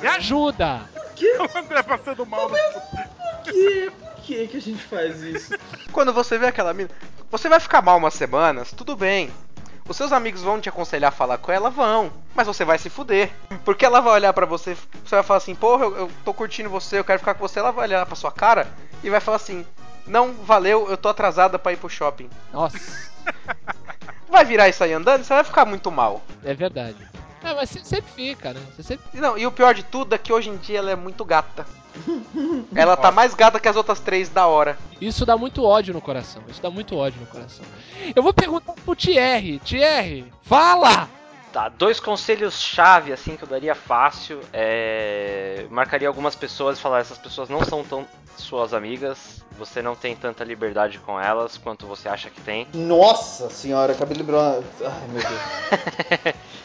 Speaker 1: Me ajuda.
Speaker 2: O André passando mal. No...
Speaker 3: Por que, por que que a gente faz isso?
Speaker 5: Quando você vê aquela mina. Você vai ficar mal umas semanas, tudo bem. Os seus amigos vão te aconselhar a falar com ela? Vão. Mas você vai se fuder. Porque ela vai olhar pra você, você vai falar assim, porra, eu, eu tô curtindo você, eu quero ficar com você. Ela vai olhar pra sua cara e vai falar assim, não, valeu, eu tô atrasada pra ir pro shopping.
Speaker 1: Nossa,
Speaker 5: Vai virar isso aí andando, você vai ficar muito mal.
Speaker 1: é verdade. É, mas você sempre fica, né? Você sempre...
Speaker 5: E Não, e o pior de tudo é que hoje em dia ela é muito gata. Ela tá mais gata que as outras três da hora.
Speaker 1: Isso dá muito ódio no coração. Isso dá muito ódio no coração. Eu vou perguntar pro Thierry. Thierry, fala!
Speaker 4: Tá, dois conselhos chave assim que eu daria fácil é marcaria algumas pessoas e falar essas pessoas não são tão suas amigas, você não tem tanta liberdade com elas quanto você acha que tem.
Speaker 3: Nossa senhora, acabei de lembrar. uma- Ai, meu Deus.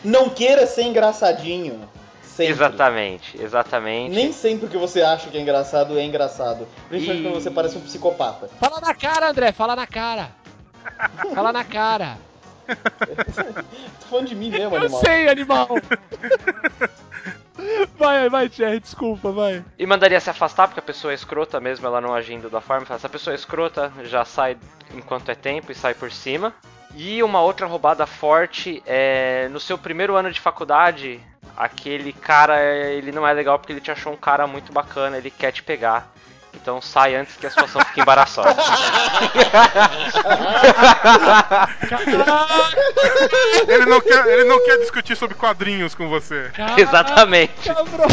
Speaker 3: Não queira ser engraçadinho. Sempre.
Speaker 4: Exatamente, exatamente.
Speaker 3: Nem sempre o que você acha que é engraçado é engraçado. Principalmente
Speaker 4: E-
Speaker 3: quando você parece um psicopata.
Speaker 1: Fala na cara, André. Fala na cara. Fala na cara.
Speaker 3: Tô falando de mim mesmo,
Speaker 1: Eu
Speaker 3: animal.
Speaker 1: sei, animal. Vai, vai, Thierry. Desculpa, vai.
Speaker 4: E mandaria se afastar porque a pessoa é escrota mesmo, ela não agindo da forma. Fala, Essa pessoa é escrota, já sai enquanto é tempo e sai por cima. E uma outra roubada forte é no seu primeiro ano de faculdade, aquele cara ele não é legal porque ele te achou um cara muito bacana, ele quer te pegar. Então sai antes que a situação fique embaraçosa.
Speaker 2: Ele não, quer, ele não quer discutir sobre quadrinhos com você.
Speaker 4: Exatamente.
Speaker 1: Cabrão.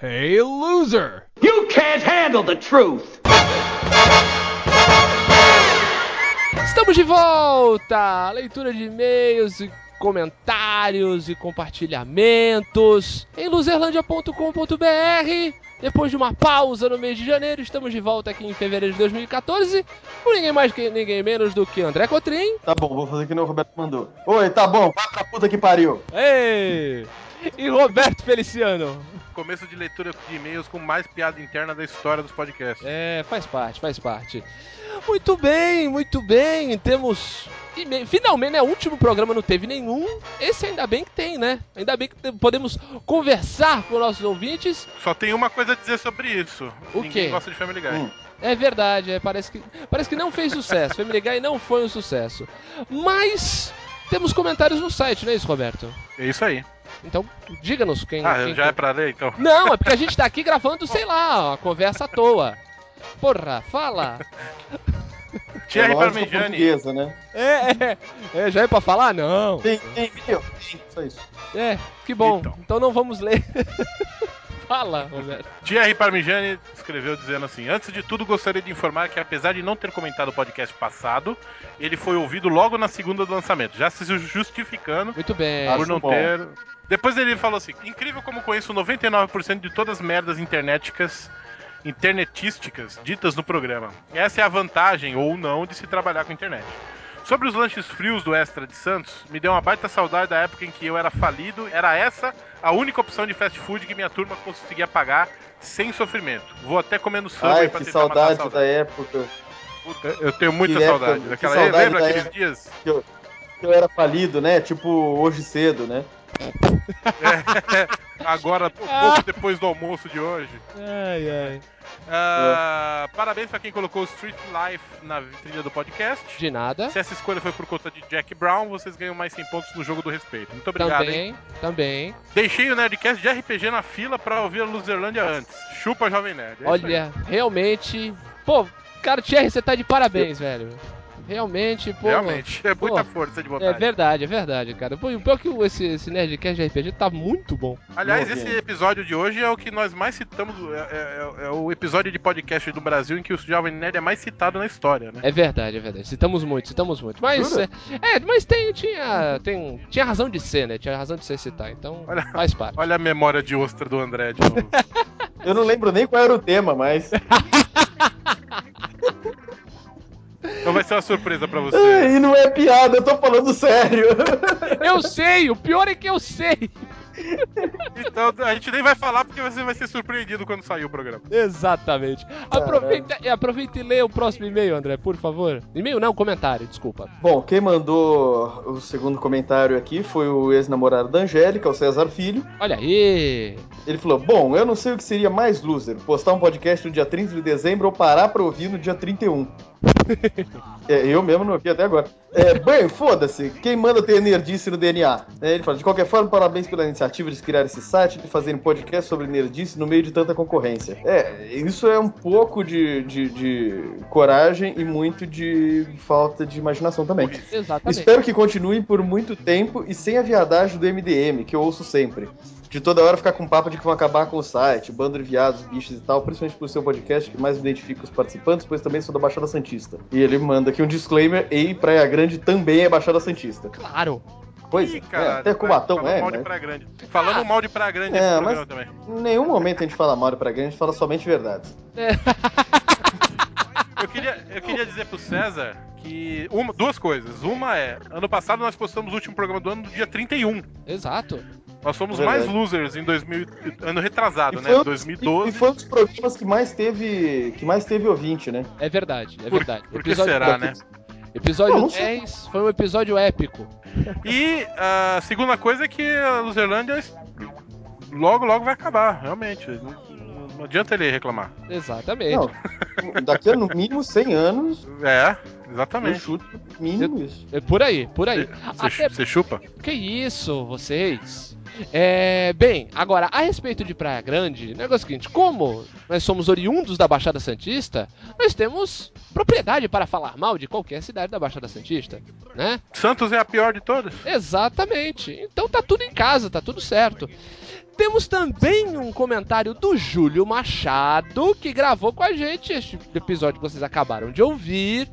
Speaker 7: Hey, loser!
Speaker 1: Estamos de volta! Leitura de e-mails e comentários e compartilhamentos em luzerlandia.com.br. Depois de uma pausa no mês de janeiro, estamos de volta aqui em fevereiro de 2014 com ninguém mais que ninguém menos do que André Cotrim.
Speaker 8: Tá bom, vou fazer que nem o Roberto mandou. Oi, tá bom, vai pra puta que pariu.
Speaker 1: Ei! E Roberto Feliciano.
Speaker 2: Começo de leitura de e-mails com mais piada interna da história dos podcasts.
Speaker 1: É, faz parte, faz parte. Muito bem, muito bem. Temos. e-mail. Finalmente, né? O último programa não teve nenhum. Esse ainda bem que tem, né? Ainda bem que te- podemos conversar com nossos ouvintes.
Speaker 2: Só tem uma coisa a dizer sobre isso.
Speaker 1: O
Speaker 2: Ninguém
Speaker 1: quê?
Speaker 2: gosta de Family Guy.
Speaker 8: Hum.
Speaker 1: É verdade, é, parece, que, parece que não fez sucesso. Family Guy não foi um sucesso. Mas temos comentários no site, não é isso, Roberto?
Speaker 2: É isso aí.
Speaker 1: Então, diga-nos quem.
Speaker 2: Ah,
Speaker 1: quem-
Speaker 2: já é pra ler então.
Speaker 1: Não, é porque a gente tá aqui gravando, sei lá, ó, a conversa à toa. Porra, fala!
Speaker 2: Thierry
Speaker 3: Lógica
Speaker 2: Parmigiani.
Speaker 3: É portuguesa, né?
Speaker 1: É, é, é, já é pra falar? Não.
Speaker 3: Tem, tem, viu? Tem, só isso.
Speaker 1: É, que bom. Então,
Speaker 2: Então.
Speaker 1: não vamos ler. fala, Roberto.
Speaker 2: Thierry Parmigiani escreveu dizendo assim: Antes de tudo, gostaria de informar que, apesar de não ter comentado o podcast passado, ele foi ouvido logo na segunda do lançamento, já se justificando
Speaker 1: Muito bem.
Speaker 3: Ah,
Speaker 2: por não
Speaker 3: bom.
Speaker 2: ter. Depois ele falou assim: Incrível como conheço 99% de todas as merdas internéticas. Internetísticas ditas no programa. Essa é a vantagem ou não de se trabalhar com internet. Sobre os lanches frios do Extra de Santos, me deu uma baita saudade da época em que eu era falido. Era essa a única opção de fast food que minha turma conseguia pagar sem sofrimento. Vou até comendo samba
Speaker 3: Ai,
Speaker 2: aí pra
Speaker 3: que
Speaker 2: tentar matar a
Speaker 3: saudade
Speaker 2: saudade.
Speaker 3: da época
Speaker 2: Puta, eu tenho muita
Speaker 3: Que época,
Speaker 2: saudade.
Speaker 3: que
Speaker 2: Daquela,
Speaker 3: saudade
Speaker 2: lembra
Speaker 3: da
Speaker 2: aqueles
Speaker 3: época.
Speaker 2: dias?
Speaker 3: que eu era falido, né? Tipo, hoje cedo, né?
Speaker 2: Agora, um pouco depois do almoço de hoje.
Speaker 1: Ah. Ai, ai.
Speaker 2: Ah, Parabéns pra quem colocou Street Life na trilha do podcast.
Speaker 1: De nada.
Speaker 2: Se essa escolha foi por conta de Jack Brown, vocês ganham mais 100 pontos no jogo do respeito. Muito obrigado, hein?
Speaker 1: Também, também.
Speaker 2: Deixei o Nerdcast de RPG na fila pra ouvir a Luzerlândia antes. Chupa, Jovem Nerd. É isso aí.
Speaker 1: Olha, realmente. Pô, cara, Thierry, você tá de parabéns, velho. Realmente, pô.
Speaker 2: Realmente, é muita
Speaker 1: pô,
Speaker 2: força de
Speaker 1: É
Speaker 2: vontade.
Speaker 1: verdade, é verdade, cara. Pô, e o pior é que o- esse, esse Nerdcast de RPG tá muito bom.
Speaker 2: Aliás,
Speaker 3: Não,
Speaker 2: esse
Speaker 3: gente.
Speaker 2: episódio de hoje é o que nós mais citamos, é, é- é o episódio de podcast do Brasil em que o Jovem Nerd é mais citado na história, né?
Speaker 1: É verdade, é verdade. Citamos muito, citamos muito. Mas, é,
Speaker 3: Jura?
Speaker 1: é, mas tem, tinha, tem, um, tinha razão de ser, né? Tinha razão de ser citar, então
Speaker 2: Olha-
Speaker 1: faz parte.
Speaker 2: Olha a memória de ostra do André de novo.
Speaker 3: Eu não lembro nem qual era o tema, mas.
Speaker 2: então vai ser uma surpresa pra você.
Speaker 3: e não é piada, eu tô falando sério.
Speaker 1: Eu sei, o pior é que eu sei.
Speaker 2: Então a gente nem vai falar porque você vai ser surpreendido quando sair o programa.
Speaker 1: Exatamente. Aproveita, eh, aproveita e lê o próximo e-mail, André, por favor. E-mail não, comentário, desculpa.
Speaker 3: Bom, quem mandou o segundo comentário aqui foi o ex-namorado da Angélica, o César Filho.
Speaker 1: Olha aí.
Speaker 3: Ele falou: Bom, eu não sei o que seria mais loser, postar um podcast no dia 30 de dezembro ou parar pra ouvir no dia 31. É, eu mesmo não ouvi até agora. É, bem, foda-se, quem manda ter nerdice no DNA? É, ele fala: De qualquer forma, parabéns pela iniciativa de se criar esse site e de fazerem podcast sobre nerdice no meio de tanta concorrência. É, isso é um pouco de, de- de coragem e muito de falta de imaginação também.
Speaker 1: Exatamente.
Speaker 3: Espero que continue por muito tempo e sem a viadagem do MDM, que eu ouço sempre. De toda hora ficar com papo de que vão acabar com o site, bando de viados, bichos e tal, principalmente por seu podcast que mais identifica os participantes, pois também sou da Baixada Santista. E ele manda aqui um disclaimer, e Praia Grande também é Baixada Santista.
Speaker 1: Claro.
Speaker 3: Pois é,
Speaker 2: Ih, caralho,
Speaker 3: até Cubatão
Speaker 2: falando
Speaker 3: é,
Speaker 2: mal de
Speaker 3: mas
Speaker 2: Praia Grande. Falando mal de Praia Grande
Speaker 3: É,
Speaker 2: nesse
Speaker 3: mas-
Speaker 2: programa também.
Speaker 3: em nenhum momento a gente fala mal de Praia Grande, a gente fala somente verdades.
Speaker 2: Eu queria, eu queria dizer pro César que. Uma, duas coisas. Uma é, ano passado nós postamos o último programa do ano no dia 31.
Speaker 1: Exato.
Speaker 2: Nós fomos
Speaker 3: Verdade.
Speaker 2: mais losers em 2000, ano
Speaker 3: E
Speaker 2: retrasado,
Speaker 3: foi
Speaker 2: né?
Speaker 3: um- E, e
Speaker 2: 2012.
Speaker 3: foi um dos programas que mais teve, que mais teve ouvinte, né?
Speaker 1: É verdade, é
Speaker 2: Por-
Speaker 1: verdade.
Speaker 2: por que será, né?
Speaker 1: Episódio
Speaker 3: Eu não sei.
Speaker 1: 10 foi um episódio épico.
Speaker 2: E a segunda coisa é que a Luzerlândia logo, logo vai acabar, realmente. Não, não adianta ele reclamar.
Speaker 1: Exatamente.
Speaker 3: Não, daqui a no mínimo 100 anos,
Speaker 2: É,
Speaker 3: eu
Speaker 2: exatamente.
Speaker 3: chuto mínimo isso.
Speaker 1: É por aí, por aí.
Speaker 2: Você chu-
Speaker 1: Até
Speaker 2: Você chupa?
Speaker 1: Que isso, vocês? É, bem, agora, a respeito de Praia Grande, o negócio é o seguinte: como nós somos oriundos da Baixada Santista, nós temos propriedade para falar mal de qualquer cidade da Baixada Santista, né?
Speaker 2: Santos é a pior de todas?
Speaker 1: Exatamente. Então tá tudo em casa, tá tudo certo. Temos também um comentário do Júlio Machado, que gravou com a gente este episódio que vocês acabaram de ouvir,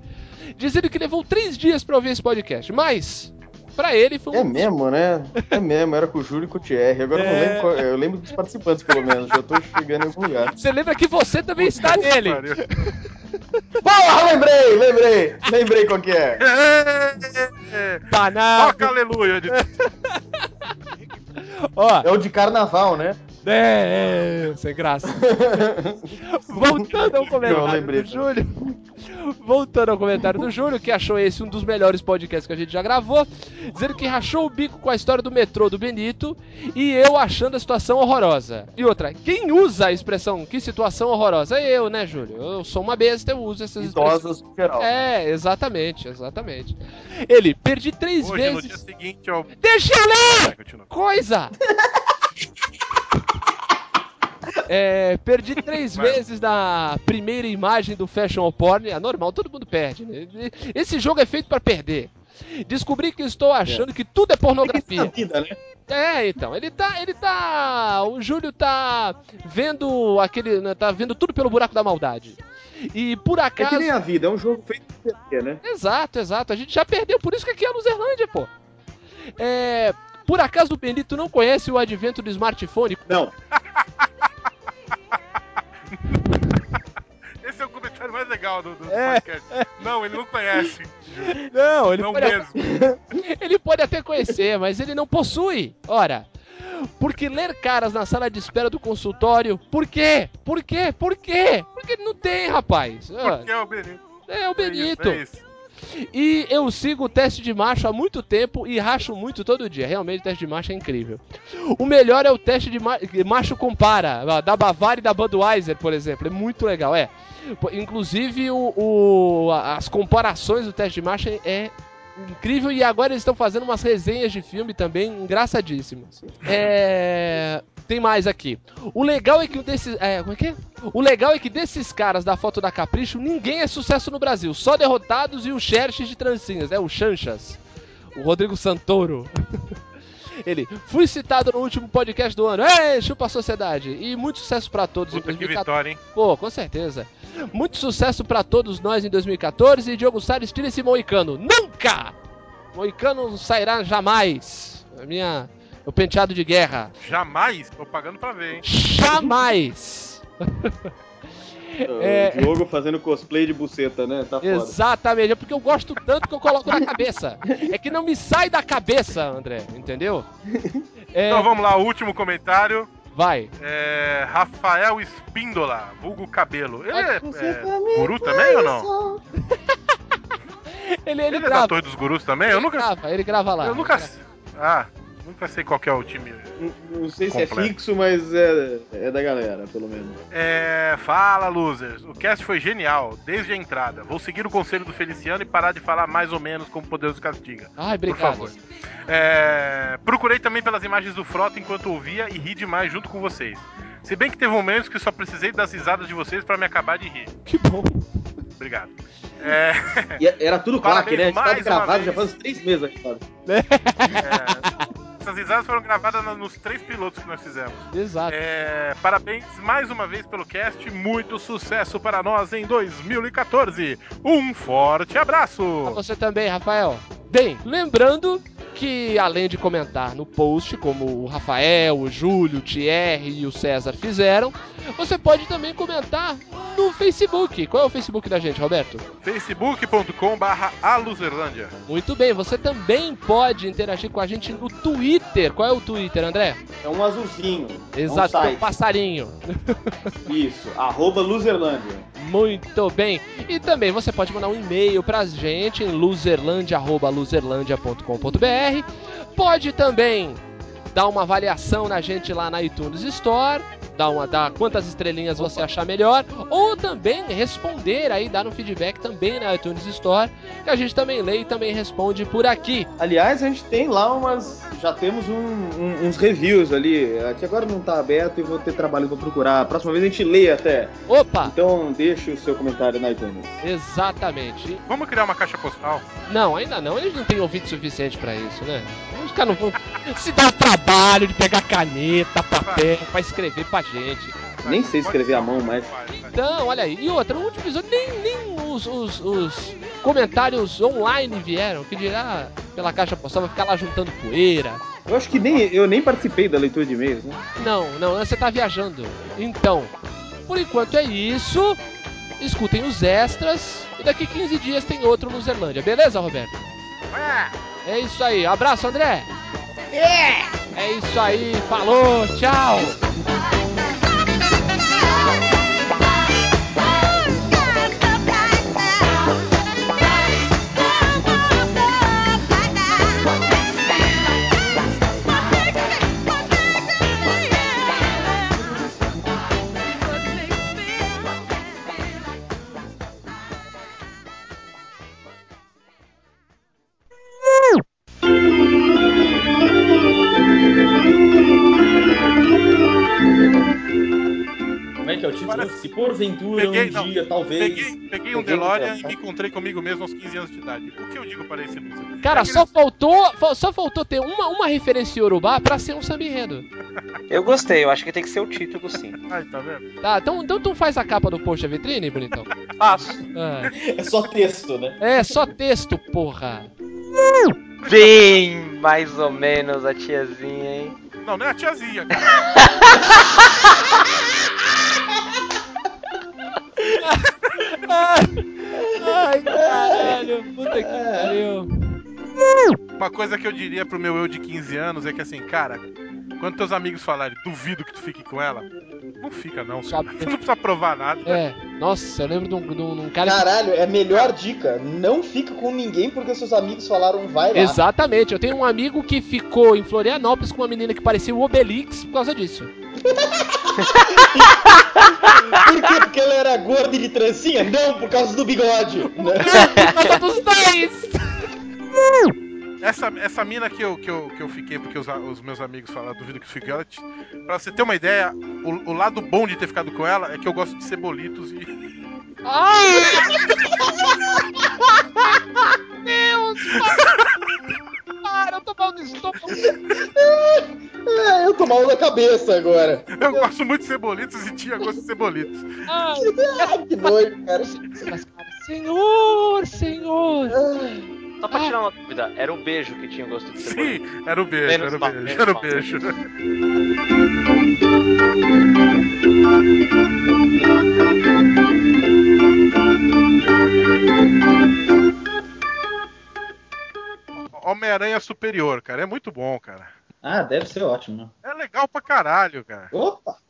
Speaker 1: dizendo que levou três dias para ouvir esse podcast, mas para ele foi um
Speaker 3: É mesmo, né? É mesmo, era com o Júlio e com o Thierry. Agora eu não lembro qual- eu lembro dos participantes, pelo menos. Já tô chegando em algum lugar.
Speaker 1: Você lembra que você também está nele.
Speaker 2: Pariu.
Speaker 3: Porra, lembrei, lembrei! Lembrei qual que é.
Speaker 1: Banal.
Speaker 2: Toca É. aleluia! de-
Speaker 1: Ó,
Speaker 3: É o de carnaval, né?
Speaker 1: É, é, sem graça. Voltando ao
Speaker 8: Não,
Speaker 1: comentário
Speaker 8: lembrei.
Speaker 1: do Júlio. Voltando ao comentário do Júlio, que achou esse um dos melhores podcasts que a gente já gravou, dizendo que rachou o bico com a história do metrô do Benito e eu achando a situação horrorosa. E outra, quem usa a expressão que situação horrorosa? É eu, né, Júlio? Eu sou uma besta, eu uso essas expressões.
Speaker 8: Idosas no geral.
Speaker 1: É, exatamente, exatamente. Ele, perdi três
Speaker 2: Hoje, no dia
Speaker 1: vezes.
Speaker 2: seguinte, ó.
Speaker 1: Deixa eu ler!
Speaker 2: Continua.
Speaker 1: coisa! É, perdi três
Speaker 2: Vai.
Speaker 1: vezes na primeira imagem do Fashion or Porn. É normal, todo mundo perde. né? Esse jogo é feito pra perder. Descobri que estou achando que tudo é pornografia.
Speaker 3: vida, né?
Speaker 1: É, então, ele tá, ele tá, o Júlio tá vendo aquele, né, tá vendo tudo pelo buraco da maldade. E por
Speaker 3: É que
Speaker 1: acaso,
Speaker 3: nem a vida, é um jogo feito pra perder, né?
Speaker 1: Exato, exato. A gente já perdeu, por isso que aqui é a Luzerlândia, pô. É, Por acaso o Benito não conhece o advento do smartphone?
Speaker 3: Não.
Speaker 2: Esse é o comentário mais legal do, do
Speaker 1: É.
Speaker 2: podcast. Não, ele não conhece.
Speaker 1: Não,
Speaker 2: não
Speaker 1: pode,
Speaker 2: mesmo.
Speaker 1: ele pode até conhecer, mas ele não possui. Ora, porque ler caras na sala de espera do consultório, por quê? Por quê? Por quê? Porque não tem, rapaz. Ah,
Speaker 2: Porque é o Benito.
Speaker 1: É o Benito.
Speaker 2: É isso, é isso.
Speaker 1: E eu sigo o teste de macho há muito tempo e racho muito todo dia. Realmente, o teste de macho é incrível. O melhor é o teste de ma- macho compara, ah, da Bavária e da Budweiser, por exemplo. É muito legal, é. Pô, Inclusive, o, o- a- as comparações do teste de macho é- é incrível. E agora eles estão fazendo umas resenhas de filme também engraçadíssimas. É... Tem mais aqui. O legal é que o desses. É, como é que é? O legal é que desses caras da foto da Capricho, ninguém é sucesso no Brasil. Só derrotados e o Xerxes de trancinhas, é o Chanchas. O Rodrigo Santoro. Ele, fui citado no último podcast do ano. Ei, chupa a sociedade. E muito sucesso pra todos em
Speaker 2: Puta que
Speaker 1: 2014.
Speaker 2: vitória, hein?
Speaker 1: Pô, com certeza. Muito sucesso pra todos nós em 2014. E Diogo Salles, tira esse moicano. Nunca! Moicano sairá jamais. A minha. O penteado de guerra.
Speaker 2: Jamais. Tô pagando pra ver, hein?
Speaker 1: Jamais! É.
Speaker 3: O Diogo fazendo cosplay de buceta, né? Tá foda.
Speaker 1: Exatamente, é porque eu gosto tanto que eu coloco na cabeça. É que não me sai da cabeça, André, entendeu? É,
Speaker 2: Então vamos lá, o último comentário.
Speaker 1: vai.
Speaker 2: É Rafael Espíndola, vulgo cabelo. Ele
Speaker 1: Ah,
Speaker 2: é, é guru também ou não?
Speaker 1: Ele, ele,
Speaker 2: Ele é da
Speaker 1: grava.
Speaker 2: Torre dos Gurus também? Eu
Speaker 1: ele
Speaker 2: nunca.
Speaker 1: grava, ele grava lá.
Speaker 2: Eu
Speaker 1: ele
Speaker 2: nunca.
Speaker 1: grava.
Speaker 2: Ah, nunca sei qual que é o time.
Speaker 3: Não, não sei se é
Speaker 2: Completo.
Speaker 3: fixo, mas é, é da galera, pelo menos.
Speaker 2: É. Fala, losers. O cast foi genial, desde a entrada. Vou seguir o conselho do Feliciano e parar de falar mais ou menos como Poderoso Castiga.
Speaker 1: Ai,
Speaker 2: Por
Speaker 1: obrigado.
Speaker 2: favor. É, procurei também pelas imagens do Frota enquanto ouvia e ri demais junto com vocês. Se bem que teve momentos que só precisei das risadas de vocês pra me acabar de rir.
Speaker 1: Que bom.
Speaker 2: Obrigado. É,
Speaker 3: E era tudo claque,
Speaker 2: Parabéns
Speaker 3: né? A gente tava
Speaker 2: mais uma
Speaker 3: gravado já
Speaker 2: vez.
Speaker 3: faz uns três meses aqui, sabe?
Speaker 2: é, essas risadas foram gravadas na- nos três pilotos que nós fizemos.
Speaker 1: Exato.
Speaker 2: É, parabéns mais uma vez pelo cast. Muito sucesso para nós em 2014. Um forte
Speaker 1: Pra
Speaker 2: abraço.
Speaker 1: você também, Rafael. Bem, lembrando que além de comentar no post, como o Rafael, o Júlio, o Thierry e o César fizeram, você pode também comentar no Facebook. Qual é o Facebook da gente, Roberto?
Speaker 2: facebook.com/barra aluzerlândia.
Speaker 1: Muito bem, você também pode interagir com a gente no Twitter. Qual é o Twitter, André?
Speaker 3: É um azulzinho.
Speaker 1: Exato,
Speaker 3: É um
Speaker 1: que é
Speaker 3: site.
Speaker 1: o passarinho.
Speaker 3: Isso. Arroba Luzerlândia.
Speaker 1: Muito bem. E também você pode mandar um e-mail pra gente em loserlandia@loserlandia.com.br. Pode também dar uma avaliação na gente lá na iTunes Store, dar uma dar quantas estrelinhas você achar melhor, ou também responder aí, dar um feedback também na iTunes Store, que a gente também lê e também responde por aqui.
Speaker 3: Aliás, a gente tem lá umas. Já temos um- um- uns reviews ali. Aqui agora não tá aberto e vou ter trabalho, vou procurar. A próxima vez a gente lê até.
Speaker 1: Opa,
Speaker 3: Então deixa o seu comentário na iTunes.
Speaker 1: exatamente.
Speaker 2: Vamos criar uma caixa postal.
Speaker 1: Não, ainda não. Eles não têm ouvido suficiente pra isso, né? Os caras não vão se dar o trabalho de pegar caneta, papel pra escrever pra gente.
Speaker 3: Nem sei escrever a mão, mas-
Speaker 2: Vai, vai.
Speaker 1: Então, olha aí. E outra, no último episódio nem, nem os, os- os comentários online vieram, que dirá pela caixa postal, vai ficar lá juntando poeira.
Speaker 3: Eu acho que nem eu nem participei da leitura de e-mails, né?
Speaker 1: Não, não, você tá viajando. Então, por enquanto é isso. Escutem os extras e daqui 15 dias tem outro Luzerlândia, beleza, Roberto? É isso aí. Abraço, André. É isso aí. É Falou, tchau.
Speaker 6: Thank
Speaker 3: te
Speaker 2: Para-
Speaker 3: dizer, é se porventura
Speaker 2: Peguei,
Speaker 3: um
Speaker 2: não.
Speaker 3: dia, talvez.
Speaker 2: Peguei, peguei um
Speaker 3: peguei um
Speaker 2: DeLorean
Speaker 3: tempo,
Speaker 2: e
Speaker 3: tá?
Speaker 2: me encontrei comigo mesmo aos 15 anos de idade. O que eu digo para esse loser?
Speaker 1: Cara,
Speaker 2: Aquele-
Speaker 1: só faltou, fal- só faltou ter uma, uma referência em Yorubá pra ser um sambirredo.
Speaker 4: Eu gostei, eu acho que tem que ser o título sim.
Speaker 2: Ai, tá vendo?
Speaker 1: Tá, então, então tu faz a capa do post a vitrine, bonitão.
Speaker 4: Faço.
Speaker 1: Ah,
Speaker 3: É só texto, né?
Speaker 1: é, só texto, porra.
Speaker 4: Bem, mais ou menos a tiazinha, hein?
Speaker 2: Não, não é a tiazinha, cara.
Speaker 1: Ai, caralho, puta que pariu.
Speaker 2: Uma coisa que eu diria pro meu eu de 15 anos é que assim, cara, quando teus amigos falarem, duvido que tu fique com ela, não fica não,
Speaker 1: Só-
Speaker 2: cara. Tu não precisa provar nada.
Speaker 1: É, nossa, eu lembro de um, de um- de um cara. que-
Speaker 3: Caralho, é a melhor dica. Não fica com ninguém porque seus amigos falaram vai lá.
Speaker 1: Exatamente, eu tenho um amigo que ficou em Florianópolis com uma menina que parecia o Obelix por causa disso.
Speaker 3: Por quê? Porque ela era gorda e de trancinha? Não, por causa do bigode. Né?
Speaker 1: por causa dos dois!
Speaker 2: Essa, essa mina que eu, que, eu, que eu fiquei, porque os, a- os meus amigos falaram, duvido que fique com ela. ti- Pra você ter uma ideia, o, o lado bom de ter ficado com ela é que eu gosto de cebolitos e.
Speaker 1: Ai,
Speaker 3: É, eu tô mal da cabeça agora.
Speaker 2: Eu gosto muito de cebolitos e tinha gosto de cebolitos.
Speaker 1: ai,
Speaker 3: Ai, que doido, cara.
Speaker 1: senhor, senhor!
Speaker 3: Ai,
Speaker 4: Só pra tirar uma dúvida, era o beijo que tinha gosto de cebola.
Speaker 2: Sim, era o beijo,
Speaker 4: Menos
Speaker 2: era o
Speaker 4: mal,
Speaker 2: beijo,
Speaker 4: menos
Speaker 2: era o
Speaker 4: mal.
Speaker 2: beijo. Homem-Aranha Superior, cara, é muito bom, cara.
Speaker 3: Ah, deve ser ótimo.
Speaker 2: É legal pra caralho, cara.
Speaker 3: Opa!